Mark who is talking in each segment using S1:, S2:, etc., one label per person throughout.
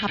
S1: 八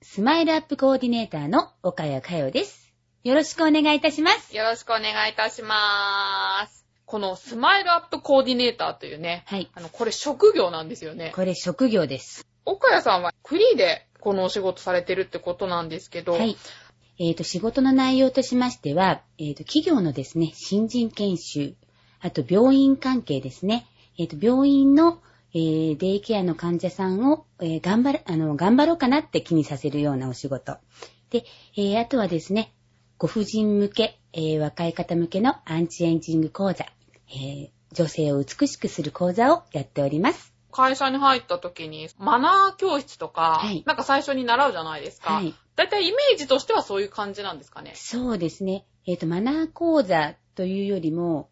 S2: スマイルアップコーディネーターの岡谷佳代です。よろしくお願いいたします。
S1: よろしくお願いいたします。このスマイルアップコーディネーターというね、
S2: はい。
S1: あの、これ職業なんですよね。
S2: これ職業です。
S1: 岡谷さんはフリーでこのお仕事されてるってことなんですけど、
S2: はい。えっ、と、仕事の内容としましては、えっ、と、企業のですね、新人研修、あと病院関係ですね。えっ、と、病院の、えーデイケアの患者さんを、えー頑張る、あの、頑張ろうかなって気にさせるようなお仕事。で、えーあとはですね、ご婦人向け、えー若い方向けのアンチエイジング講座、えー女性を美しくする講座をやっております。
S1: 会社に入った時にマナー教室とか、
S2: はい
S1: なんか最初に習うじゃないですか。
S2: はい。
S1: だいたいイメージとしてはそういう感じなんですかね。
S2: そうですね。えっ、と、マナー講座というよりも、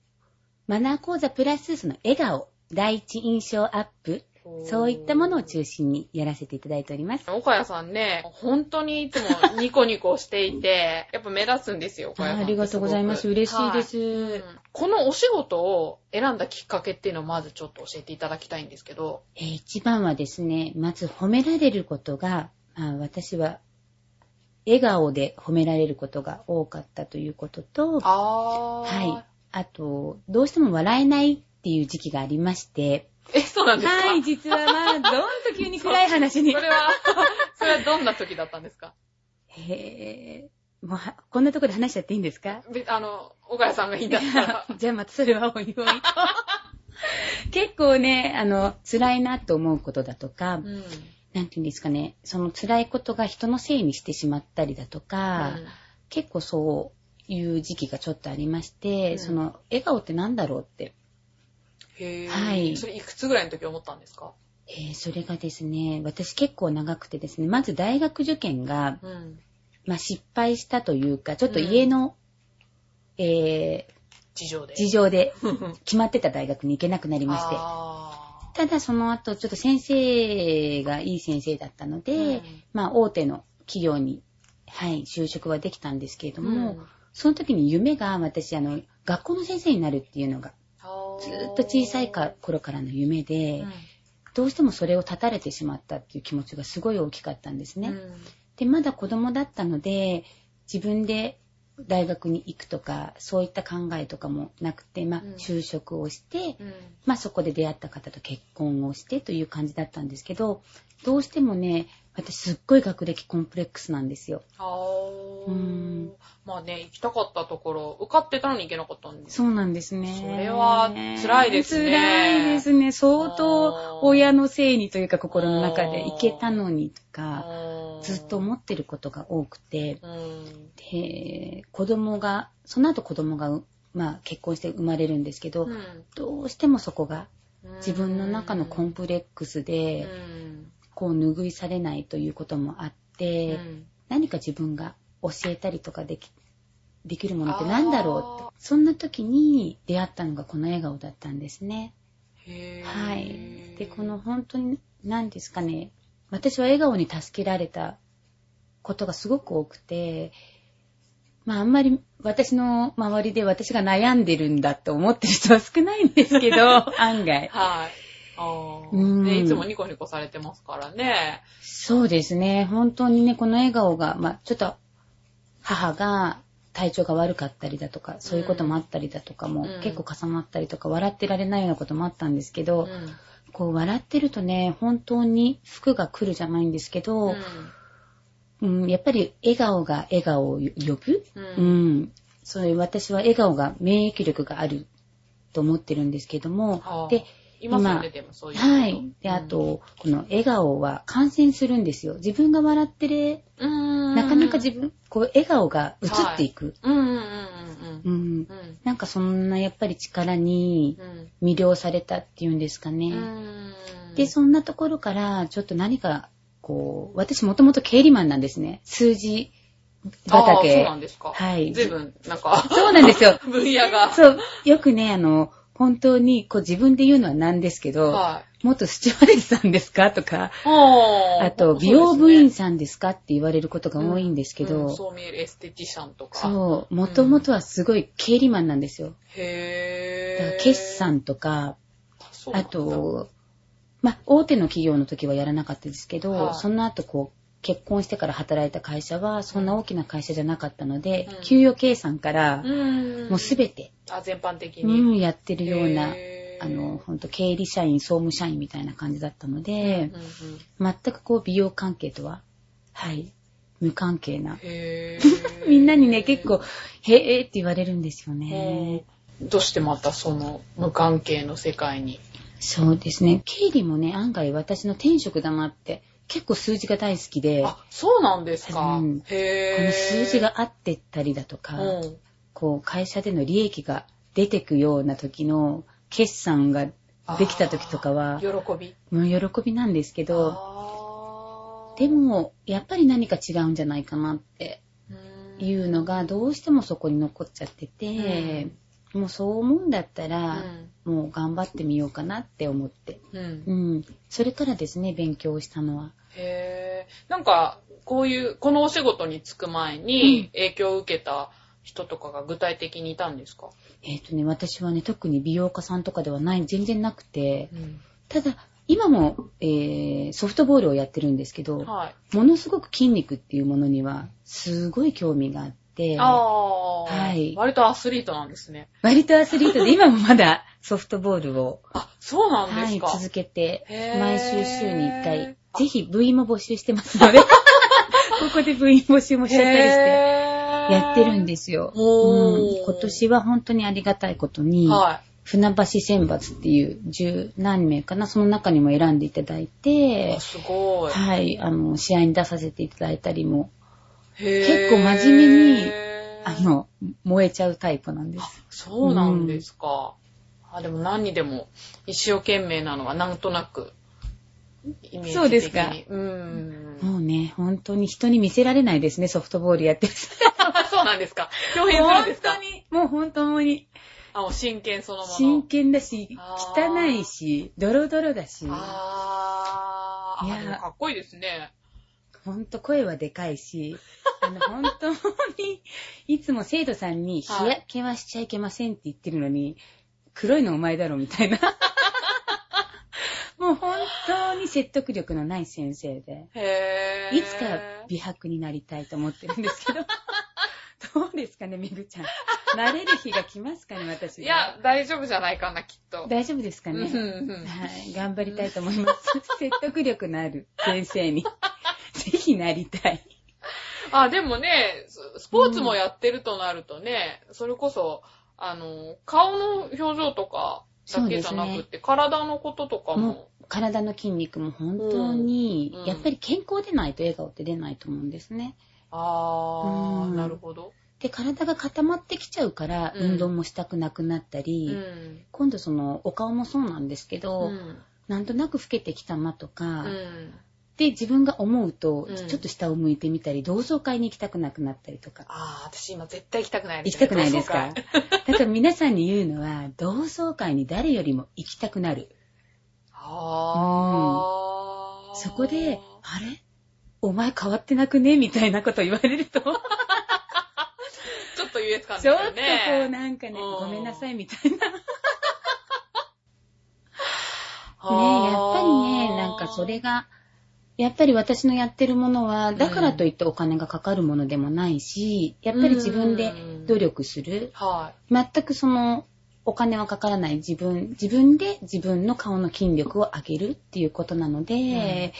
S2: マナー講座プラスその笑顔、第一印象アップ、そういったものを中心にやらせていただいております。
S1: 岡谷さんね、本当にいつもニコニコしていて、やっぱ目立つんですよ、岡谷さん
S2: あ
S1: って
S2: りがとうございます。
S1: ごく
S2: 嬉しいで
S1: はいうん
S2: す。
S1: このお仕事を選んだきっかけっていうのをまずちょっと教えていただきたいんですけど。
S2: えー一番はですね、まず褒められることが、まあ、私は笑顔で褒められることが多かったということと、
S1: あー。
S2: はい。あと、どうしても笑えないっていう時期がありまして、
S1: え、そうなんですか
S2: はい、実はまあ、どんと急に暗い話に
S1: そ。れは、 それはどんな時だったんですか
S2: へぇ、もうは、こんなところで話しちゃっていいんですか
S1: べあの、岡谷さんがいいんだったら。
S2: じゃあまたそれはおいおい。結構ね、あの、辛いなと思うことだとか、
S1: うん。
S2: なんていうんですかね、その辛いことが人のせいにしてしまったりだとか、
S1: うん
S2: 結構そういう時期がちょっとありまし
S1: う
S2: て、
S1: ん
S2: その、笑顔ってなんだろうって。
S1: へぇー。
S2: はい
S1: それいくつぐらいの時思ったんですか
S2: えーそれがですね、私結構長くてですね、まず大学受験が、
S1: うん。
S2: まあ、失敗したというか、ちょっと家の、え
S1: 事情で。
S2: ー 事情で
S1: 情
S2: 決まってた大学に行けなくなりまして。
S1: あ
S2: ただその後、ちょっと先生がいい先生だったので、
S1: うん
S2: まあ大手の企業に、はい、就職はできたんですけれ
S1: ー
S2: ども、
S1: うん
S2: その時に夢が私、あの、学校の先生になるっていうのが、
S1: あー
S2: ずっと小さいか頃からの夢で、どうしてもそれを断たれてしまったっていう気持ちがすごい大きかったんです
S1: うん
S2: ね。
S1: うん
S2: で、まだ子供だったので、自分で大学に行くとか、そういった考えとかもなくて、まあ
S1: うん、
S2: 就職をして、
S1: うん
S2: まあそこで出会った方と結婚をしてという感じだったんですけど、どうしてもね、私すっごい学歴コンプレックスなんですよ。
S1: あー
S2: うん
S1: まあね、行きたかったところ、受かってたのに行けなかったんです。
S2: そうなんですね。
S1: それは辛いですね
S2: 辛いですね。相
S1: あ
S2: 当
S1: ー
S2: 親のせいにというか心の中でいけたのにとか、
S1: あー
S2: ずっと思ってることが多くて、
S1: うん。
S2: で、子供が、その後子供がう、まあ結婚して生まれるんですけど、
S1: うん
S2: どうしてもそこが自分の中のコンプレックスで、
S1: うん
S2: こう拭いされないということもあって、
S1: うん
S2: 何か自分が教えたりとかできできるものってなんだろうってそんな時に出会ったのがこの笑顔だったんですね。
S1: へー
S2: はい、でこの本当に何ですかね私は笑顔に助けられたことがすごく多くて。まああんまり私の周りで私が悩んでるんだって思ってる人は少ないんです けど、案外。
S1: はい。あ
S2: う
S1: ー
S2: ん
S1: ね、いつもニコニコされてますからね。
S2: そうですね。本当にね、この笑顔が、まあ、ちょっと、母が体調が悪かったりだとか、そういうこともあったりだとかも、
S1: うん
S2: 結構重なったりとか、笑ってられないようなこともあったんですけ
S1: う
S2: ど、
S1: ん
S2: こう、笑ってるとね、本当に服が来るじゃないんですけど、うんやっぱり笑顔が笑顔を呼ぶ、
S1: う。
S2: うんん、そういう私は笑顔が免疫力があると思ってるんですけども
S1: あー、
S2: で、
S1: いますよね、でもそういう人。
S2: はい。で、あと、この笑顔は感染するんですよ。自分が笑ってる、
S1: うん、うん
S2: なかなか自分、こう、笑顔が映っていく。
S1: うんうんうんうん
S2: うん。
S1: うん。うん
S2: なんかそんなやっぱり力に
S1: うん
S2: 魅了されたっていうんですかね。
S1: うん
S2: で、そんなところから、ちょっと何かこう、私もともと経理マンなんですね。数字
S1: あーそう
S2: 畑。
S1: なんですか。
S2: はい
S1: 随分、なんか、。
S2: そうなんですよ
S1: 分野が。
S2: そう、よくね、あの、本当に、こう自分で言うのはなんですけど、
S1: はい。
S2: 元スチュワレスさんですかとか、
S1: あー
S2: あと、美容部
S1: そ
S2: 員
S1: うですね
S2: さんですかって言われることが多いんですけ
S1: う
S2: ど、
S1: んそう見えるエステティシャンとか。
S2: そう、もともとはすごい経理マンなんですよ。だから
S1: へぇー。
S2: 決算とか、
S1: そうな
S2: あ
S1: んだ、
S2: と、まあ、大手の企業の時はやらなかったですけど、
S1: はい
S2: その後こう、結婚してから働いた会社は、そんな大きな会社じゃなかったので、
S1: うん
S2: 給与計算から、
S1: うん。
S2: もうすべて、
S1: あ、全般的
S2: う
S1: に。
S2: ん、やってるような、
S1: へー
S2: あの、、ほんと経理社員、総務社員みたいな感じだったので、
S1: うんうん
S2: 全くこう、美容関係とは、はい、無関係な。
S1: へー
S2: みんなにね、結構、へえーって言われるんですよね。
S1: うんどうしてまたその無関係の世界に。
S2: そうですね。経理もね、案外私の転職だなって、結構数字が大好きで、こ
S1: あ、そうなんですか。
S2: うん
S1: へぇ
S2: の数字が合ってったりだとか、
S1: うん。
S2: こう会社での利益が出てくような時の決算ができた時とかは、
S1: 喜び。
S2: もう喜びなんですけど、
S1: あー
S2: で、も、やっぱり何か違うんじゃないかなって
S1: うん
S2: いうのが、どうしてもそこに残っちゃってて、もうそう思うんだった
S1: う
S2: ら、
S1: ん。
S2: もう頑張ってみようかなって思って。
S1: うん
S2: うん。それからですね、勉強をしたのは。
S1: へーなんか、こういう、このお仕事に就く前に影響を受けた人とかが具体的にいたんですか、
S2: えっ、とね、私はね、特に美容家さんとかではない、全然なくて、
S1: うん
S2: ただ、今も、えーソフトボールをやってるんですけど、
S1: はい。
S2: ものすごく筋肉っていうものには、すごい興味があって、
S1: ああー、
S2: はい
S1: 割とアスリートなんですね。
S2: 割とアスリー トで、今もまだソフトボールを、
S1: あ、そうなんで
S2: は
S1: す
S2: い、
S1: か。
S2: 続けて
S1: へ、ー。
S2: 毎週週に1回、ぜひ部員も募集してますので、ここで部員募集もしちゃったりして、やってるんですすよ。
S1: おー
S2: うん今年は本当にありがたいことに、
S1: は
S2: 船橋選抜っていう十何名かな、その中にも選んでいただい
S1: い。
S2: て
S1: あ、すごい。
S2: はい、あの、試合に出させていただいたりも、
S1: 結
S2: 結構真面目にあ、の、燃えちゃうタイプなんです。
S1: そうなんですか。あ、でも何にでも一生懸命なのはなんとなく、イメージ的に。
S2: そうですか
S1: うん。
S2: もうね、本当に人に見せられないですね、ソフトボールやってる。
S1: そうなんですか。表現するんですか
S2: に、もう本当に、
S1: あ、もう真剣そのもの。
S2: 真剣だし
S1: あ、ー
S2: 汚いし、ドロドロだし、
S1: あー。
S2: い
S1: い
S2: や
S1: やかっこいいですね。
S2: ほんと声はでか いし、あの、本当に、いつも生徒さんに日
S1: はい
S2: 焼けはしちゃいけませんって言ってるのに、黒いのお前だろみた いな。もう本当に説得力のない先生で、
S1: へー。
S2: いつか美白になりたいと思ってるんですけ ど、どうですかね、めぐちゃん。慣れる日が来ますかね、私
S1: い
S2: が。
S1: や、大丈夫じゃないかな、きっと。
S2: 大丈夫ですか
S1: うん
S2: ね。
S1: うんうん
S2: はい、頑張りたいと思います。説得力のある先 生に、ぜひなりたい。
S1: あ、でもね、ススポーツもやってるとなるとね、それこそ、あの、顔の表情とかだけじゃな
S2: そう
S1: く
S2: で
S1: て、体のこととかも
S2: も、体の筋肉も本当に、
S1: うん
S2: やっぱり健康でないと笑顔って出ないと思うんですね。
S1: あー、
S2: うん
S1: なるほど。
S2: で、体が固まってきちゃうから、
S1: うん
S2: 運動もしたくなくなった
S1: う
S2: り、
S1: ん。
S2: 今度その、お顔もそうなんですけ
S1: う
S2: ど、
S1: ん。
S2: なんとなく老けてきたなと
S1: う
S2: か、
S1: ん。
S2: で、自分が思うと、
S1: うん
S2: ちょっと下を向いてみたり、同窓会に行きたくなくなったりとか、
S1: あー、私今絶対行きたくない
S2: 行
S1: です
S2: き
S1: ね
S2: たくないですか
S1: 同窓会
S2: だから皆さんに言うのは、同窓会に誰よりも行きたくなる。
S1: あー。
S2: そこで、あれお前変わってなくねみたいなこと言われると、
S1: ちょっと優越感です
S2: ちょっ
S1: よ
S2: とこう
S1: ね。
S2: なんかね、
S1: うん
S2: ごめんなさいみたいな。ね
S1: あー
S2: やっぱりね、なんかそれが、やっぱり私のやってるものは、だからといってお金がかかるものでもないし、やっぱり自分で努力する。
S1: は
S2: 全くその、お金はかからない自分、自分で自分の顔の筋力を上げるっていうことなので、
S1: ん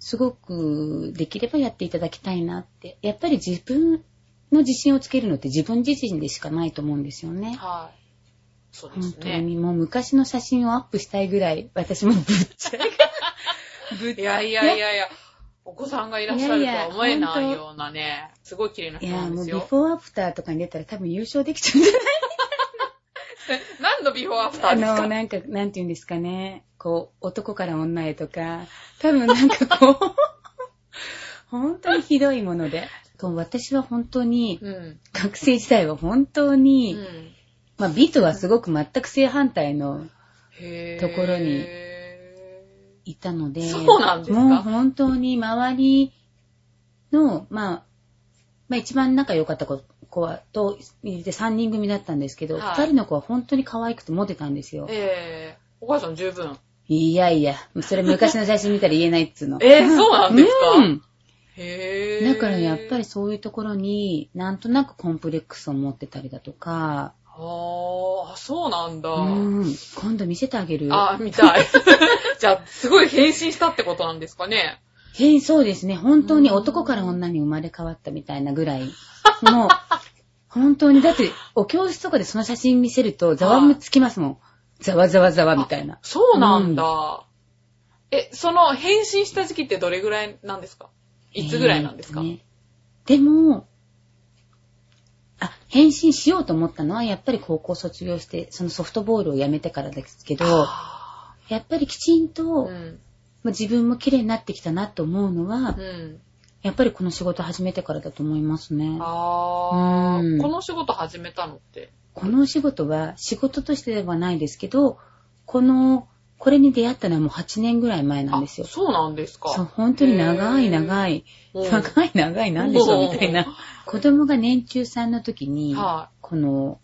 S2: すごくできればやっていただきたいなって。やっぱり自分の自信をつけるのって自分自身でしかないと思うんですよ
S1: い。
S2: ね。
S1: はい。そうで
S2: 本
S1: す
S2: 当
S1: ね。
S2: にもう昔の写真をアップしたいぐらい、私もぶっちゃけ。ぶっ
S1: いやいやいやいや、お子さんがいらっしゃるとは思えないようなね、すごい綺麗な人
S2: い
S1: な
S2: や、
S1: んで
S2: もう
S1: す
S2: ビ
S1: よ。
S2: フォーアフターとかに出たら多分優勝できちゃうんじゃない
S1: 何のビフォーアフター
S2: あ
S1: です
S2: の、
S1: か
S2: なんか、なんて言うんですかね。こう、男から女へとか、多分なんかこう、 本当にひどいもので。こう私は本当に、
S1: うん。
S2: 学生時代は本当に、
S1: うん
S2: まあ美とはすごく全く正反対の
S1: へー
S2: ところにいたので、
S1: そうなんですか
S2: もう本当に周りの、まあ、まあ一番仲良かった子子は、と、入れて3人組だったんですけど、
S1: はい
S2: 2人の子は本当に可愛くてモテたんですよ。
S1: ええお母さん十分。。
S2: いやいや、それ昔の写真見たら言えないっつうの
S1: えーそうなんですか
S2: うん
S1: へえ。
S2: だからやっぱり、そういうところになんとなくコンプレックスを持ってたりだとか、
S1: ああ、そうなんだ。
S2: うん、今度見せてあげる。
S1: ああ、見 たい。じゃあ、すごい変身したってことなんですかね。
S2: へい、そうですね。本当に
S1: うん
S2: 男から女に生まれ変わったみたいなぐらい。もう、 本当に、だって、お教室とかでその写真見せると、ざわむつきますもん。ざわざわざわみたいな。
S1: そうなんだ。え、その変身した時期ってどれぐらいなんですかいつぐらいなんですか、
S2: えーとねでも、あ、変身しようと思ったのは、やっぱり高校卒業して、そのソフトボールをやめてからですけど、
S1: あ
S2: やっぱりきちんと、
S1: ーう
S2: まあ
S1: ん。
S2: 自分も綺麗になってきたなと思うのは、
S1: うん。
S2: やっぱりこの仕事始めてからだと思いますね。
S1: ああ、
S2: うん
S1: この仕事始めたのって。
S2: このお仕事は仕事としてではないですけど、この、これに出会ったのはもう8年ぐらい前なんですよ
S1: あ。そうなんですか。
S2: そう、本当に長
S1: へ
S2: い
S1: ー
S2: 長い、
S1: うん
S2: 長い長いなんでしょ
S1: お
S2: う
S1: ー
S2: みたいな。子供が年中さんの時に、
S1: は
S2: この、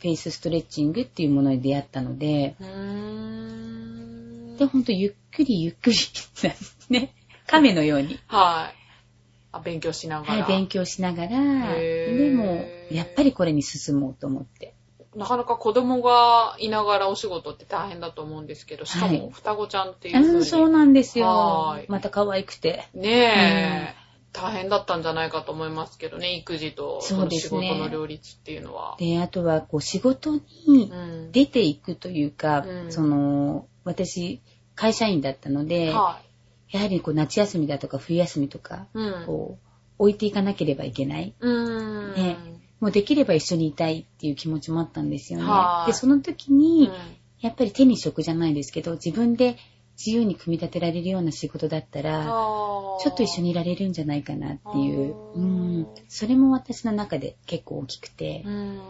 S2: フェイスストレッチングっていうものに出会ったので、
S1: い。うーん。
S2: で、ほんとゆっくりゆっくり、ね、亀のように、
S1: はい。あ、勉強しなが
S2: は
S1: ら。
S2: い、勉強しなが
S1: へ
S2: ら、で
S1: ー
S2: も、やっぱりこれに進もうと思って。
S1: なかなか子供がいながらお仕事って大変だと思うんですけど、しか
S2: は
S1: も
S2: い
S1: 双子ちゃんっていうう風に
S2: ん、そうなんですよ
S1: はーい。
S2: また可愛くて。
S1: ねえ、大変だったんじゃないかと思いますけどね、育児とそ
S2: そう
S1: の
S2: で
S1: 仕
S2: すね
S1: 事の両立っていうのは。
S2: で、あとは、こう、仕事
S1: う
S2: に
S1: ん
S2: 出ていくというか、
S1: うん
S2: その、私、会社員だったので、
S1: はい。
S2: やはりこう、夏休みだとか冬休みとか、
S1: うん。
S2: こう、置いていかなければいけない。
S1: うん。
S2: ねもうできれば一緒にいたいっていう気持ちもあったんですよね
S1: は。い
S2: で、その時
S1: う
S2: に
S1: ん、
S2: やっぱり手に職じゃないですけど、自分で自由に組み立てられるような仕事だったら、
S1: あー
S2: ちょっと一緒にいられるんじゃないかなっていう
S1: あ、ー
S2: うん、それも私の中で結構大きくて、
S1: うん。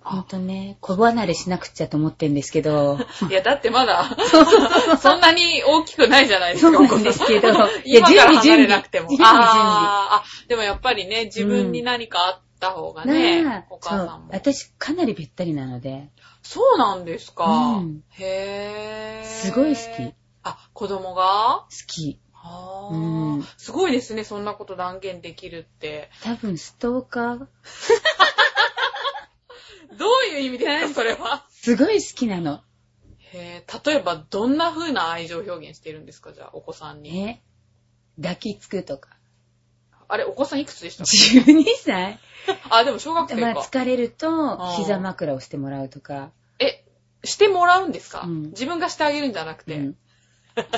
S2: ほん
S1: あ、
S2: とね、子離れしなくちゃと思ってんですけ ど、
S1: いや、だってま だ、 そんなに大きくないじゃないです
S2: そう
S1: か、
S2: なんですけど、い
S1: 今
S2: や
S1: から離れなくても。
S2: 準備、
S1: あーあ、でもやっぱりね、自分に何かあった方が
S2: 準備。
S1: ね、
S2: なあ
S1: お
S2: そ
S1: 母さ
S2: うん
S1: も。
S2: 私かなりべったりなので、
S1: そうなんですか。
S2: うん
S1: へー。
S2: すごい好き。
S1: あ、子供が
S2: 好き。
S1: あー
S2: うん
S1: すごいですね、そんなこと断言できるって。
S2: 多分ストーカー、
S1: どういう意味 ですか、それは。
S2: すごい好きなの。
S1: へー。例えば、どんな風な愛情表現してるんですか、じゃあ、お子さんに。
S2: ね。抱きつくとか。
S1: あれ、お子さんいくつでした
S2: 12歳
S1: あ、でも小学生
S2: まあ
S1: か。
S2: 疲れると
S1: ー、
S2: 膝枕をしてもらうとか。
S1: え、してもらうんですか、
S2: うん
S1: 自分がしてあげるんじゃなくて。
S2: うん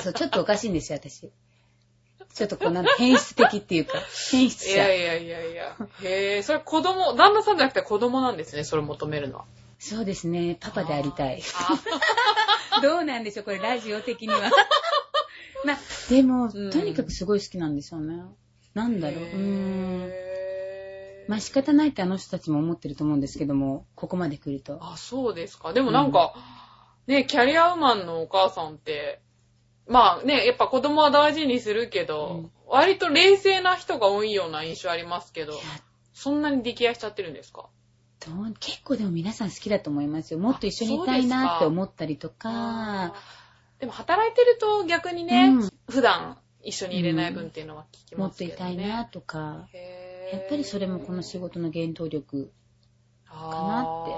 S2: そう、ちょっとおかしいんですよ、私。ちょっとこうなんか変質的っていうか、変質
S1: い
S2: 者
S1: や。いやいやいや。 へー、それ子供、旦那さんじゃなくて子供なんですね、それ求めるのは。
S2: そうですね、パパでありたい。
S1: あ
S2: どうなんでしょう、これ、ラジオ的には。 まあ、でも、
S1: うん
S2: とにかくすごい好きなんですよね。 なんだろう。うーん。
S1: へー
S2: まあ仕方ないってあの人たちも思ってると思うんですけども、ここまで来ると。
S1: あ、そうですか。でもなんか、ね、キャリアウーマンのお母さんって、まあね、やっぱ子供は大事にするけど、割と冷静な人が多いような印象ありますけ
S2: い
S1: ど
S2: や、
S1: そんなに溺愛しちゃってるんですか
S2: どう結構でも皆さん好きだと思いますよ。もっと一緒にいたいなって思ったりとか、
S1: ーでも働いてると逆にね、
S2: うん
S1: 普段一緒に入れない分っていうのは聞き
S2: も
S1: ま
S2: っ
S1: す
S2: と
S1: け
S2: い
S1: ど、ね。
S2: たいなとか、
S1: へー。
S2: やっぱりそれもこの仕事の原動力。
S1: か
S2: なって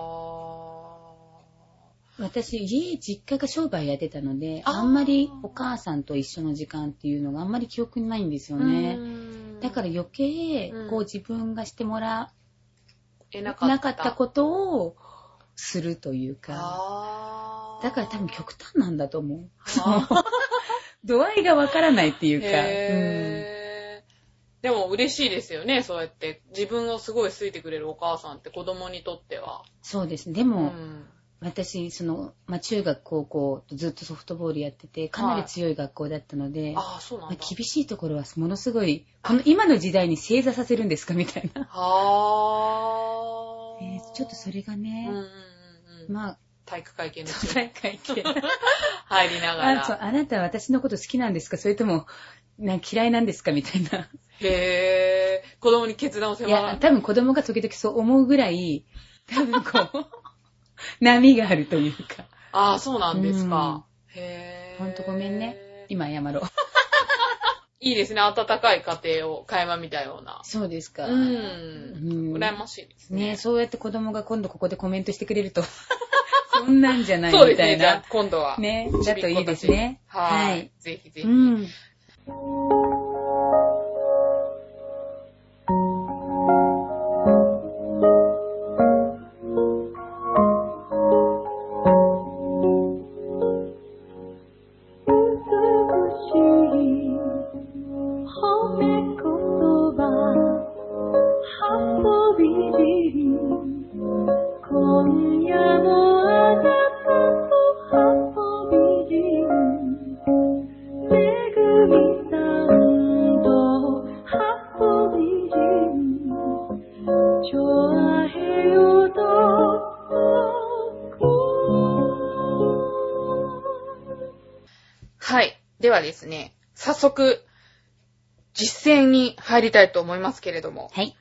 S2: 私、家、実家が商売やってたので、
S1: あー
S2: あんまりお母さんと一緒の時間っていうのがあんまり記憶にないんですよね。だから余計
S1: うん、
S2: こう自分がしてもら
S1: ら、
S2: なかったことをするというか、
S1: あー
S2: だから多分極端なんだと思う。度合いがわからないっていうか、うん
S1: へーでも嬉しいですよね、そうやって。自分をすごい好いてくれるお母さんって子供にとっては。
S2: そうですね。でも、
S1: ん
S2: 私、その、まあ、中学、高校、ずっとソフトボールやってて、かなり強い学校だったので、
S1: ああ、そう
S2: ま
S1: な
S2: あ
S1: んだ。
S2: 厳しいところはものすごい、この今の時代に正座させるんですかみたいな。
S1: はあ、
S2: えーちょっとそれが
S1: うん
S2: ね
S1: うん、うんうん。
S2: まあ、
S1: 体育会系の
S2: 都
S1: 中
S2: 大会系。
S1: 入りなが
S2: あそう
S1: ら。
S2: あなたは私のこと好きなんですかそれとも、なん嫌いなんですかみたいな。
S1: へぇー。子供に決断を
S2: い
S1: 迫ら
S2: や
S1: れ、た。
S2: 多分子供が時々そう思うぐらい、多 分こう、波があるというか。
S1: ああ、そうなんですか。へぇー。
S2: ほんとごめんね。今謝ろう。
S1: いいですね。温かい家庭を垣間見たような。
S2: そうですか。
S1: うん。
S2: うん
S1: 羨ましいですね。
S2: ねそうやって子供が今度ここでコメントしてくれると、 そんなんじゃない
S1: そうで
S2: み
S1: す
S2: た
S1: ね。
S2: い
S1: じゃあ
S2: な。、
S1: 今度は。
S2: ね
S1: ち
S2: だ
S1: びっ
S2: と
S1: こたち
S2: いいですね。
S1: は
S2: はい
S1: い。ぜひぜひ。
S2: うん。
S1: はい。ではですね、早速、実践に入りたいと思いますけれども、
S2: はい。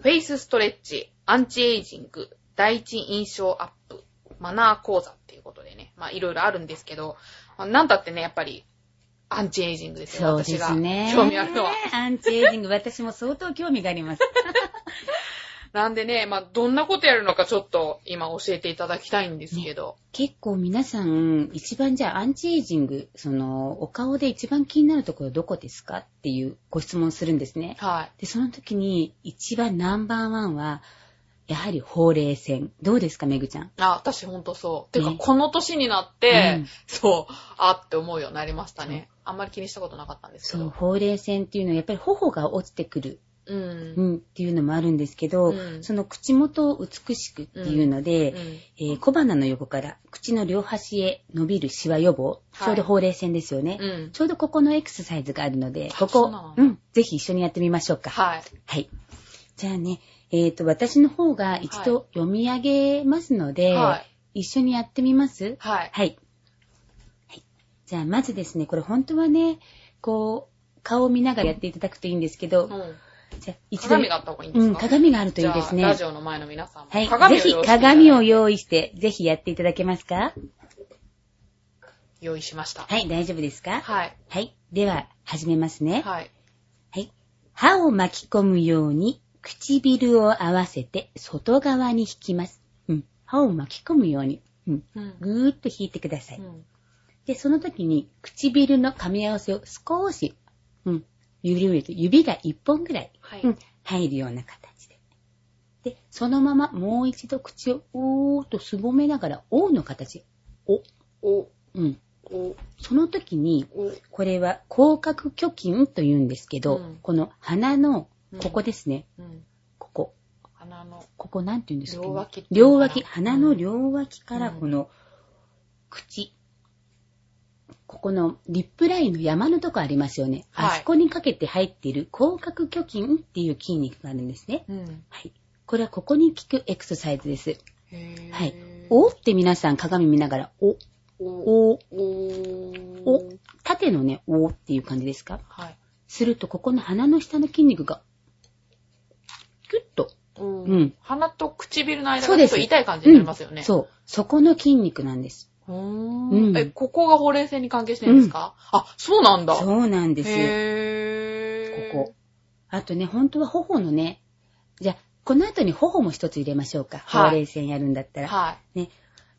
S1: フェイスストレッチ、アンチエイジング、第一印象アップ、マナー講座っていうことでね、まあいろいろあるんですけど、まあなんだってね、やっぱり、アンチエイジングですよ、
S2: そう
S1: 私
S2: で
S1: が
S2: すね。
S1: 興味あるのは。
S2: アンチエイジング、私も相当興味があります。
S1: なんでね、まあどんなことやるのかちょっと今教えていただきたいんですけど、
S2: 結構皆さん、一番じゃあアンチエイジング、その、お顔で一番気になるところどこですかっていうご質問するんですね。
S1: はい。
S2: で、その時に一番ナンバーワンは、やはりほうれい線。どうですか、めぐちゃん。
S1: あ、私ほんとそう。てか、
S2: ね
S1: この年になって、
S2: うん
S1: そう、あって思うようになりましたね。あんまり気にしたことなかったんですけ
S2: そう、
S1: ど。
S2: ほうれい線っていうのはやっぱり頬が落ちてくる、
S1: う。ん。
S2: うん、っていうのもあるんですけど、
S1: うん
S2: その口元を美しくっていうので、
S1: うん
S2: えー小鼻の横から口の両端へ伸びるシワ予防、
S1: はい
S2: ちょうどほうれい線ですよね。
S1: うん。
S2: ちょうどここのエクササイズがあるので、
S1: あ
S2: こ
S1: そう
S2: こ
S1: なの、
S2: うん、ぜひ一緒にやってみましょうか。
S1: はい。
S2: はい。じゃあね、えっ、と、私の方が一度読み上げますので、
S1: は
S2: 一緒にやってみます
S1: はい。
S2: はい。はいじゃあ、まずですね、これ本当はね、こう、顔を見ながらやっていただくといいんですけど、
S1: うん
S2: じゃあ、一度、
S1: 鏡があった方がいいんで
S2: う
S1: す
S2: ん、
S1: か
S2: 鏡があるといいです
S1: じゃあラ
S2: ね。
S1: ジオの前の皆さんも。
S2: は
S1: 用意
S2: い。ぜ
S1: してい
S2: ひ
S1: ただいて
S2: 鏡を用意して、ぜひやっていただけますか
S1: 用意しました。
S2: はい、大丈夫ですか
S1: はい。
S2: はい。では、始めますね。
S1: はい。
S2: はい。歯を巻き込むように、唇を合わせて外側に引きます。うん。歯を巻き込むように、うん。
S1: うん
S2: ぐーっと引いてください。
S1: うん
S2: で、その時に、唇の噛み合わせを少し、うん。緩めると、指が一本ぐらい、
S1: はい
S2: うん。入るような形で。で、そのままもう一度口を、おーっとすぼめながら、おーの形。お。
S1: お、
S2: うん。
S1: お、
S2: その時に、
S1: お。
S2: これは広角虚筋と言うんですけど、
S1: うん
S2: この鼻の
S1: うん、
S2: ここですね。
S1: うん
S2: ここ。
S1: 鼻の。
S2: ここなんて言うんですか、
S1: 両脇っていうの
S2: 両
S1: かな
S2: 脇。鼻の両脇から
S1: うん
S2: この口。ここのリップラインの山のとこありますよね。
S1: はい
S2: あそこにかけて入っている広角虚筋っていう筋肉があるんですね。
S1: うん。
S2: はい。これはここに効くエクササイズです。
S1: へぇ
S2: はい。おって皆さん鏡見ながら、お、
S1: お、
S2: お、
S1: お、
S2: お、縦のね、おっていう感じですか
S1: はい。
S2: すると、ここの鼻の下の筋肉が、キュッと。
S1: う
S2: うん。
S1: 鼻と唇の間
S2: そ
S1: がちょ
S2: うで
S1: っ
S2: す
S1: と痛い感じになりますよね。
S2: そう。そこの筋肉なんです。
S1: うー。
S2: うんん
S1: え、ここがほうれい線に関係してるんですかあ、そうなんだ。
S2: そうなんです。
S1: へー。
S2: ここ。あとね、本当は頬のね、じゃあ、この後に頬も一つ入れましょうか。
S1: はい
S2: ほうれい線やるんだったら。
S1: は
S2: ね。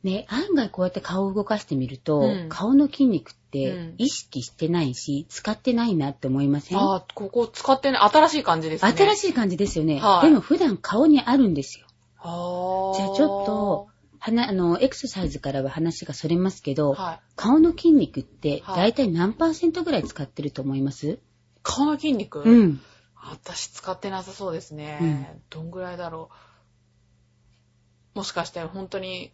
S2: ね、案外こうやって顔を動かしてみると、
S1: うん
S2: 顔の筋肉っ
S1: うん
S2: て意識してないし、使ってないなって思いま
S1: い。
S2: せん
S1: あー、ここ使ってない。新しい感じですね。
S2: 新
S1: い。
S2: しい感じですよね。
S1: はい
S2: でも普段顔にあるんですよ。
S1: あー
S2: じゃあちょっと、鼻、あの、エクササイズからは話がそれますけど、
S1: はい。
S2: 顔の筋肉って
S1: はい
S2: 大体何パーセントぐらい使ってると思います、
S1: 顔の筋肉
S2: うん。
S1: 私使ってなさそうですね。どんぐらいだろう。もしかして本当に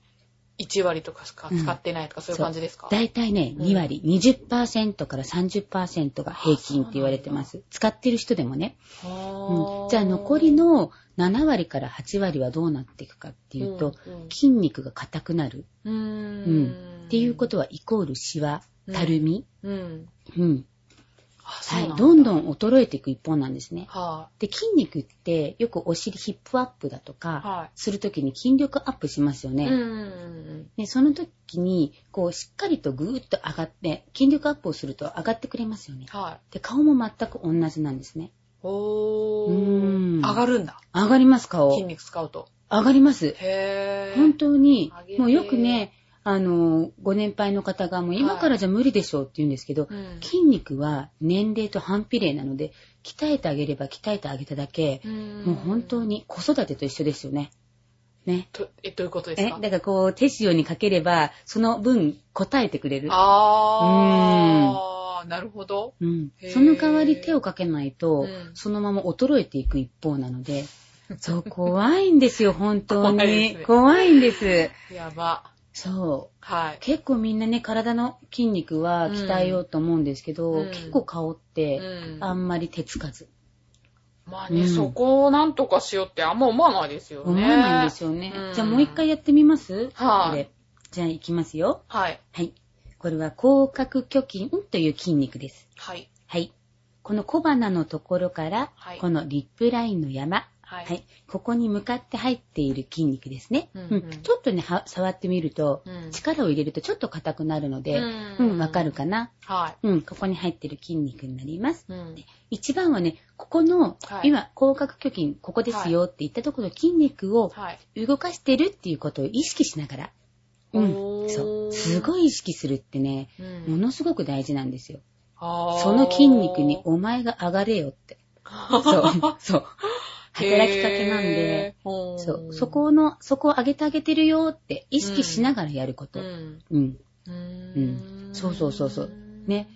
S1: 1割とかしか使ってないとか、そういう感じですか
S2: だいたいね、
S1: うん
S2: 2割、20%から30%が平均って言われてます。使ってる人でもね。
S1: は
S2: う
S1: あ
S2: ん、じゃあ残りの7割から8割はどうなっていくかっていうと、
S1: うんうん
S2: 筋肉が硬くなる
S1: うー。
S2: うんっていうことはイコールシワ、たるみ、
S1: うん。
S2: うん
S1: あそう
S2: は
S1: なん
S2: い、
S1: だ
S2: どんどん衰えていく一方なんですね。
S1: は
S2: で筋肉ってよくお尻ヒップアップだと
S1: い。
S2: か
S1: は
S2: するときに筋力アップしますよ
S1: い。
S2: ね。
S1: うんうん
S2: でその時にこうしっかりとぐーっと上がって筋力アップをすると上がってくれますよね
S1: うん。。はい。
S2: で顔も全く同じなんですね。
S1: お
S2: うん
S1: ー。上がるんだ。
S2: 上がります顔。
S1: 筋肉使うと。
S2: 上がります。
S1: へー。
S2: 本当に
S1: 上げて
S2: もうよくねあのご年配の方がもう今からじゃ無理でしょうって言うんですけど、
S1: うん
S2: 筋肉は年齢と反比例なので鍛えてあげれば鍛えてあげただけ、
S1: うん
S2: もう本当。に子育てと一緒ですよね。ね。
S1: とえ、どういうことです
S2: え、だ
S1: か
S2: からこう手塩にかければその分答えてくれる。
S1: あー。なるほど。
S2: うん
S1: へ、ー
S2: その代わり手をかけないと、
S1: うん
S2: そのまま衰えていく一方なの で、そう、怖いんですよ、本当に。
S1: 怖
S2: 怖
S1: い
S2: い
S1: ですね
S2: んです。
S1: やば。
S2: そう。
S1: はい。
S2: 結構みんなね、体の筋肉は鍛えようと思うんですけど、
S1: うん
S2: 結構顔っ
S1: う
S2: て、
S1: ん。
S2: あんまり手つかず。
S1: まあね、
S2: うん
S1: そこをなんとかしようってあんま思わないですよね。
S2: 思わないんですよね。
S1: うん
S2: じゃあもう一回やってみます
S1: はい
S2: これじゃあ行きますよ。
S1: はい。
S2: はい。これは広角虚筋という筋肉です。
S1: はい。
S2: はい。この小鼻のところから、
S1: はい
S2: このリップラインの山、
S1: はい。
S2: ここに向かって入っている筋肉ですね。
S1: うんうん
S2: ちょっとね、は触ってみると、
S1: うん
S2: 力を入れるとちょっと硬くなるので、
S1: うん
S2: うん、わかるかな。
S1: は
S2: うん、ここに入っている筋肉になります。
S1: い。うん。
S2: 一番はね、ここの、
S1: はい
S2: 今、広角虚筋、ここですよって言ったところ、筋肉を
S1: はい。
S2: 動かしてるっていうことを意識しながら。う
S1: おー
S2: ん。そう。すごい意識するってね、
S1: うん
S2: ものすごく大事なんですよ。
S1: あー
S2: その筋肉にお前が上がれよって。 そう。そう。働きかけなん
S1: へ
S2: で、
S1: ーほー
S2: そう。そこの、そこを上げてあげてるよって意識しながらやること。
S1: う
S2: うん。
S1: ん。う
S2: うん
S1: ん。
S2: そうそうそうそう。ね。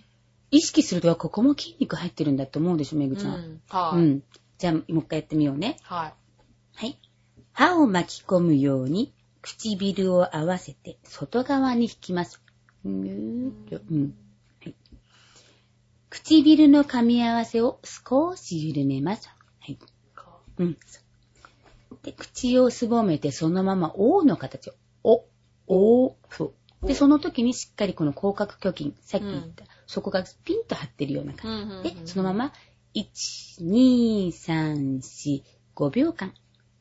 S2: 意識するとはここも筋肉入ってるんだと思うでしょ、め
S1: う
S2: ぐちゃん。
S1: ん。は
S2: う
S1: い。
S2: ん。じゃあ、もう一回やってみようね。
S1: はい。
S2: はい。歯を巻き込むように、唇を合わせて、外側に引きます。うーっと、うん。はい。唇の噛み合わせを少し緩めます。はい。うん。で、口をすぼめて、そのまま、O の形を、お、お、そう。で、その時にしっかりこの広角虚筋、さっき言った、そこがピンと張ってるような
S1: う
S2: 感
S1: んうんうん
S2: じ。で、そのまま、1、2、3、4、5秒間。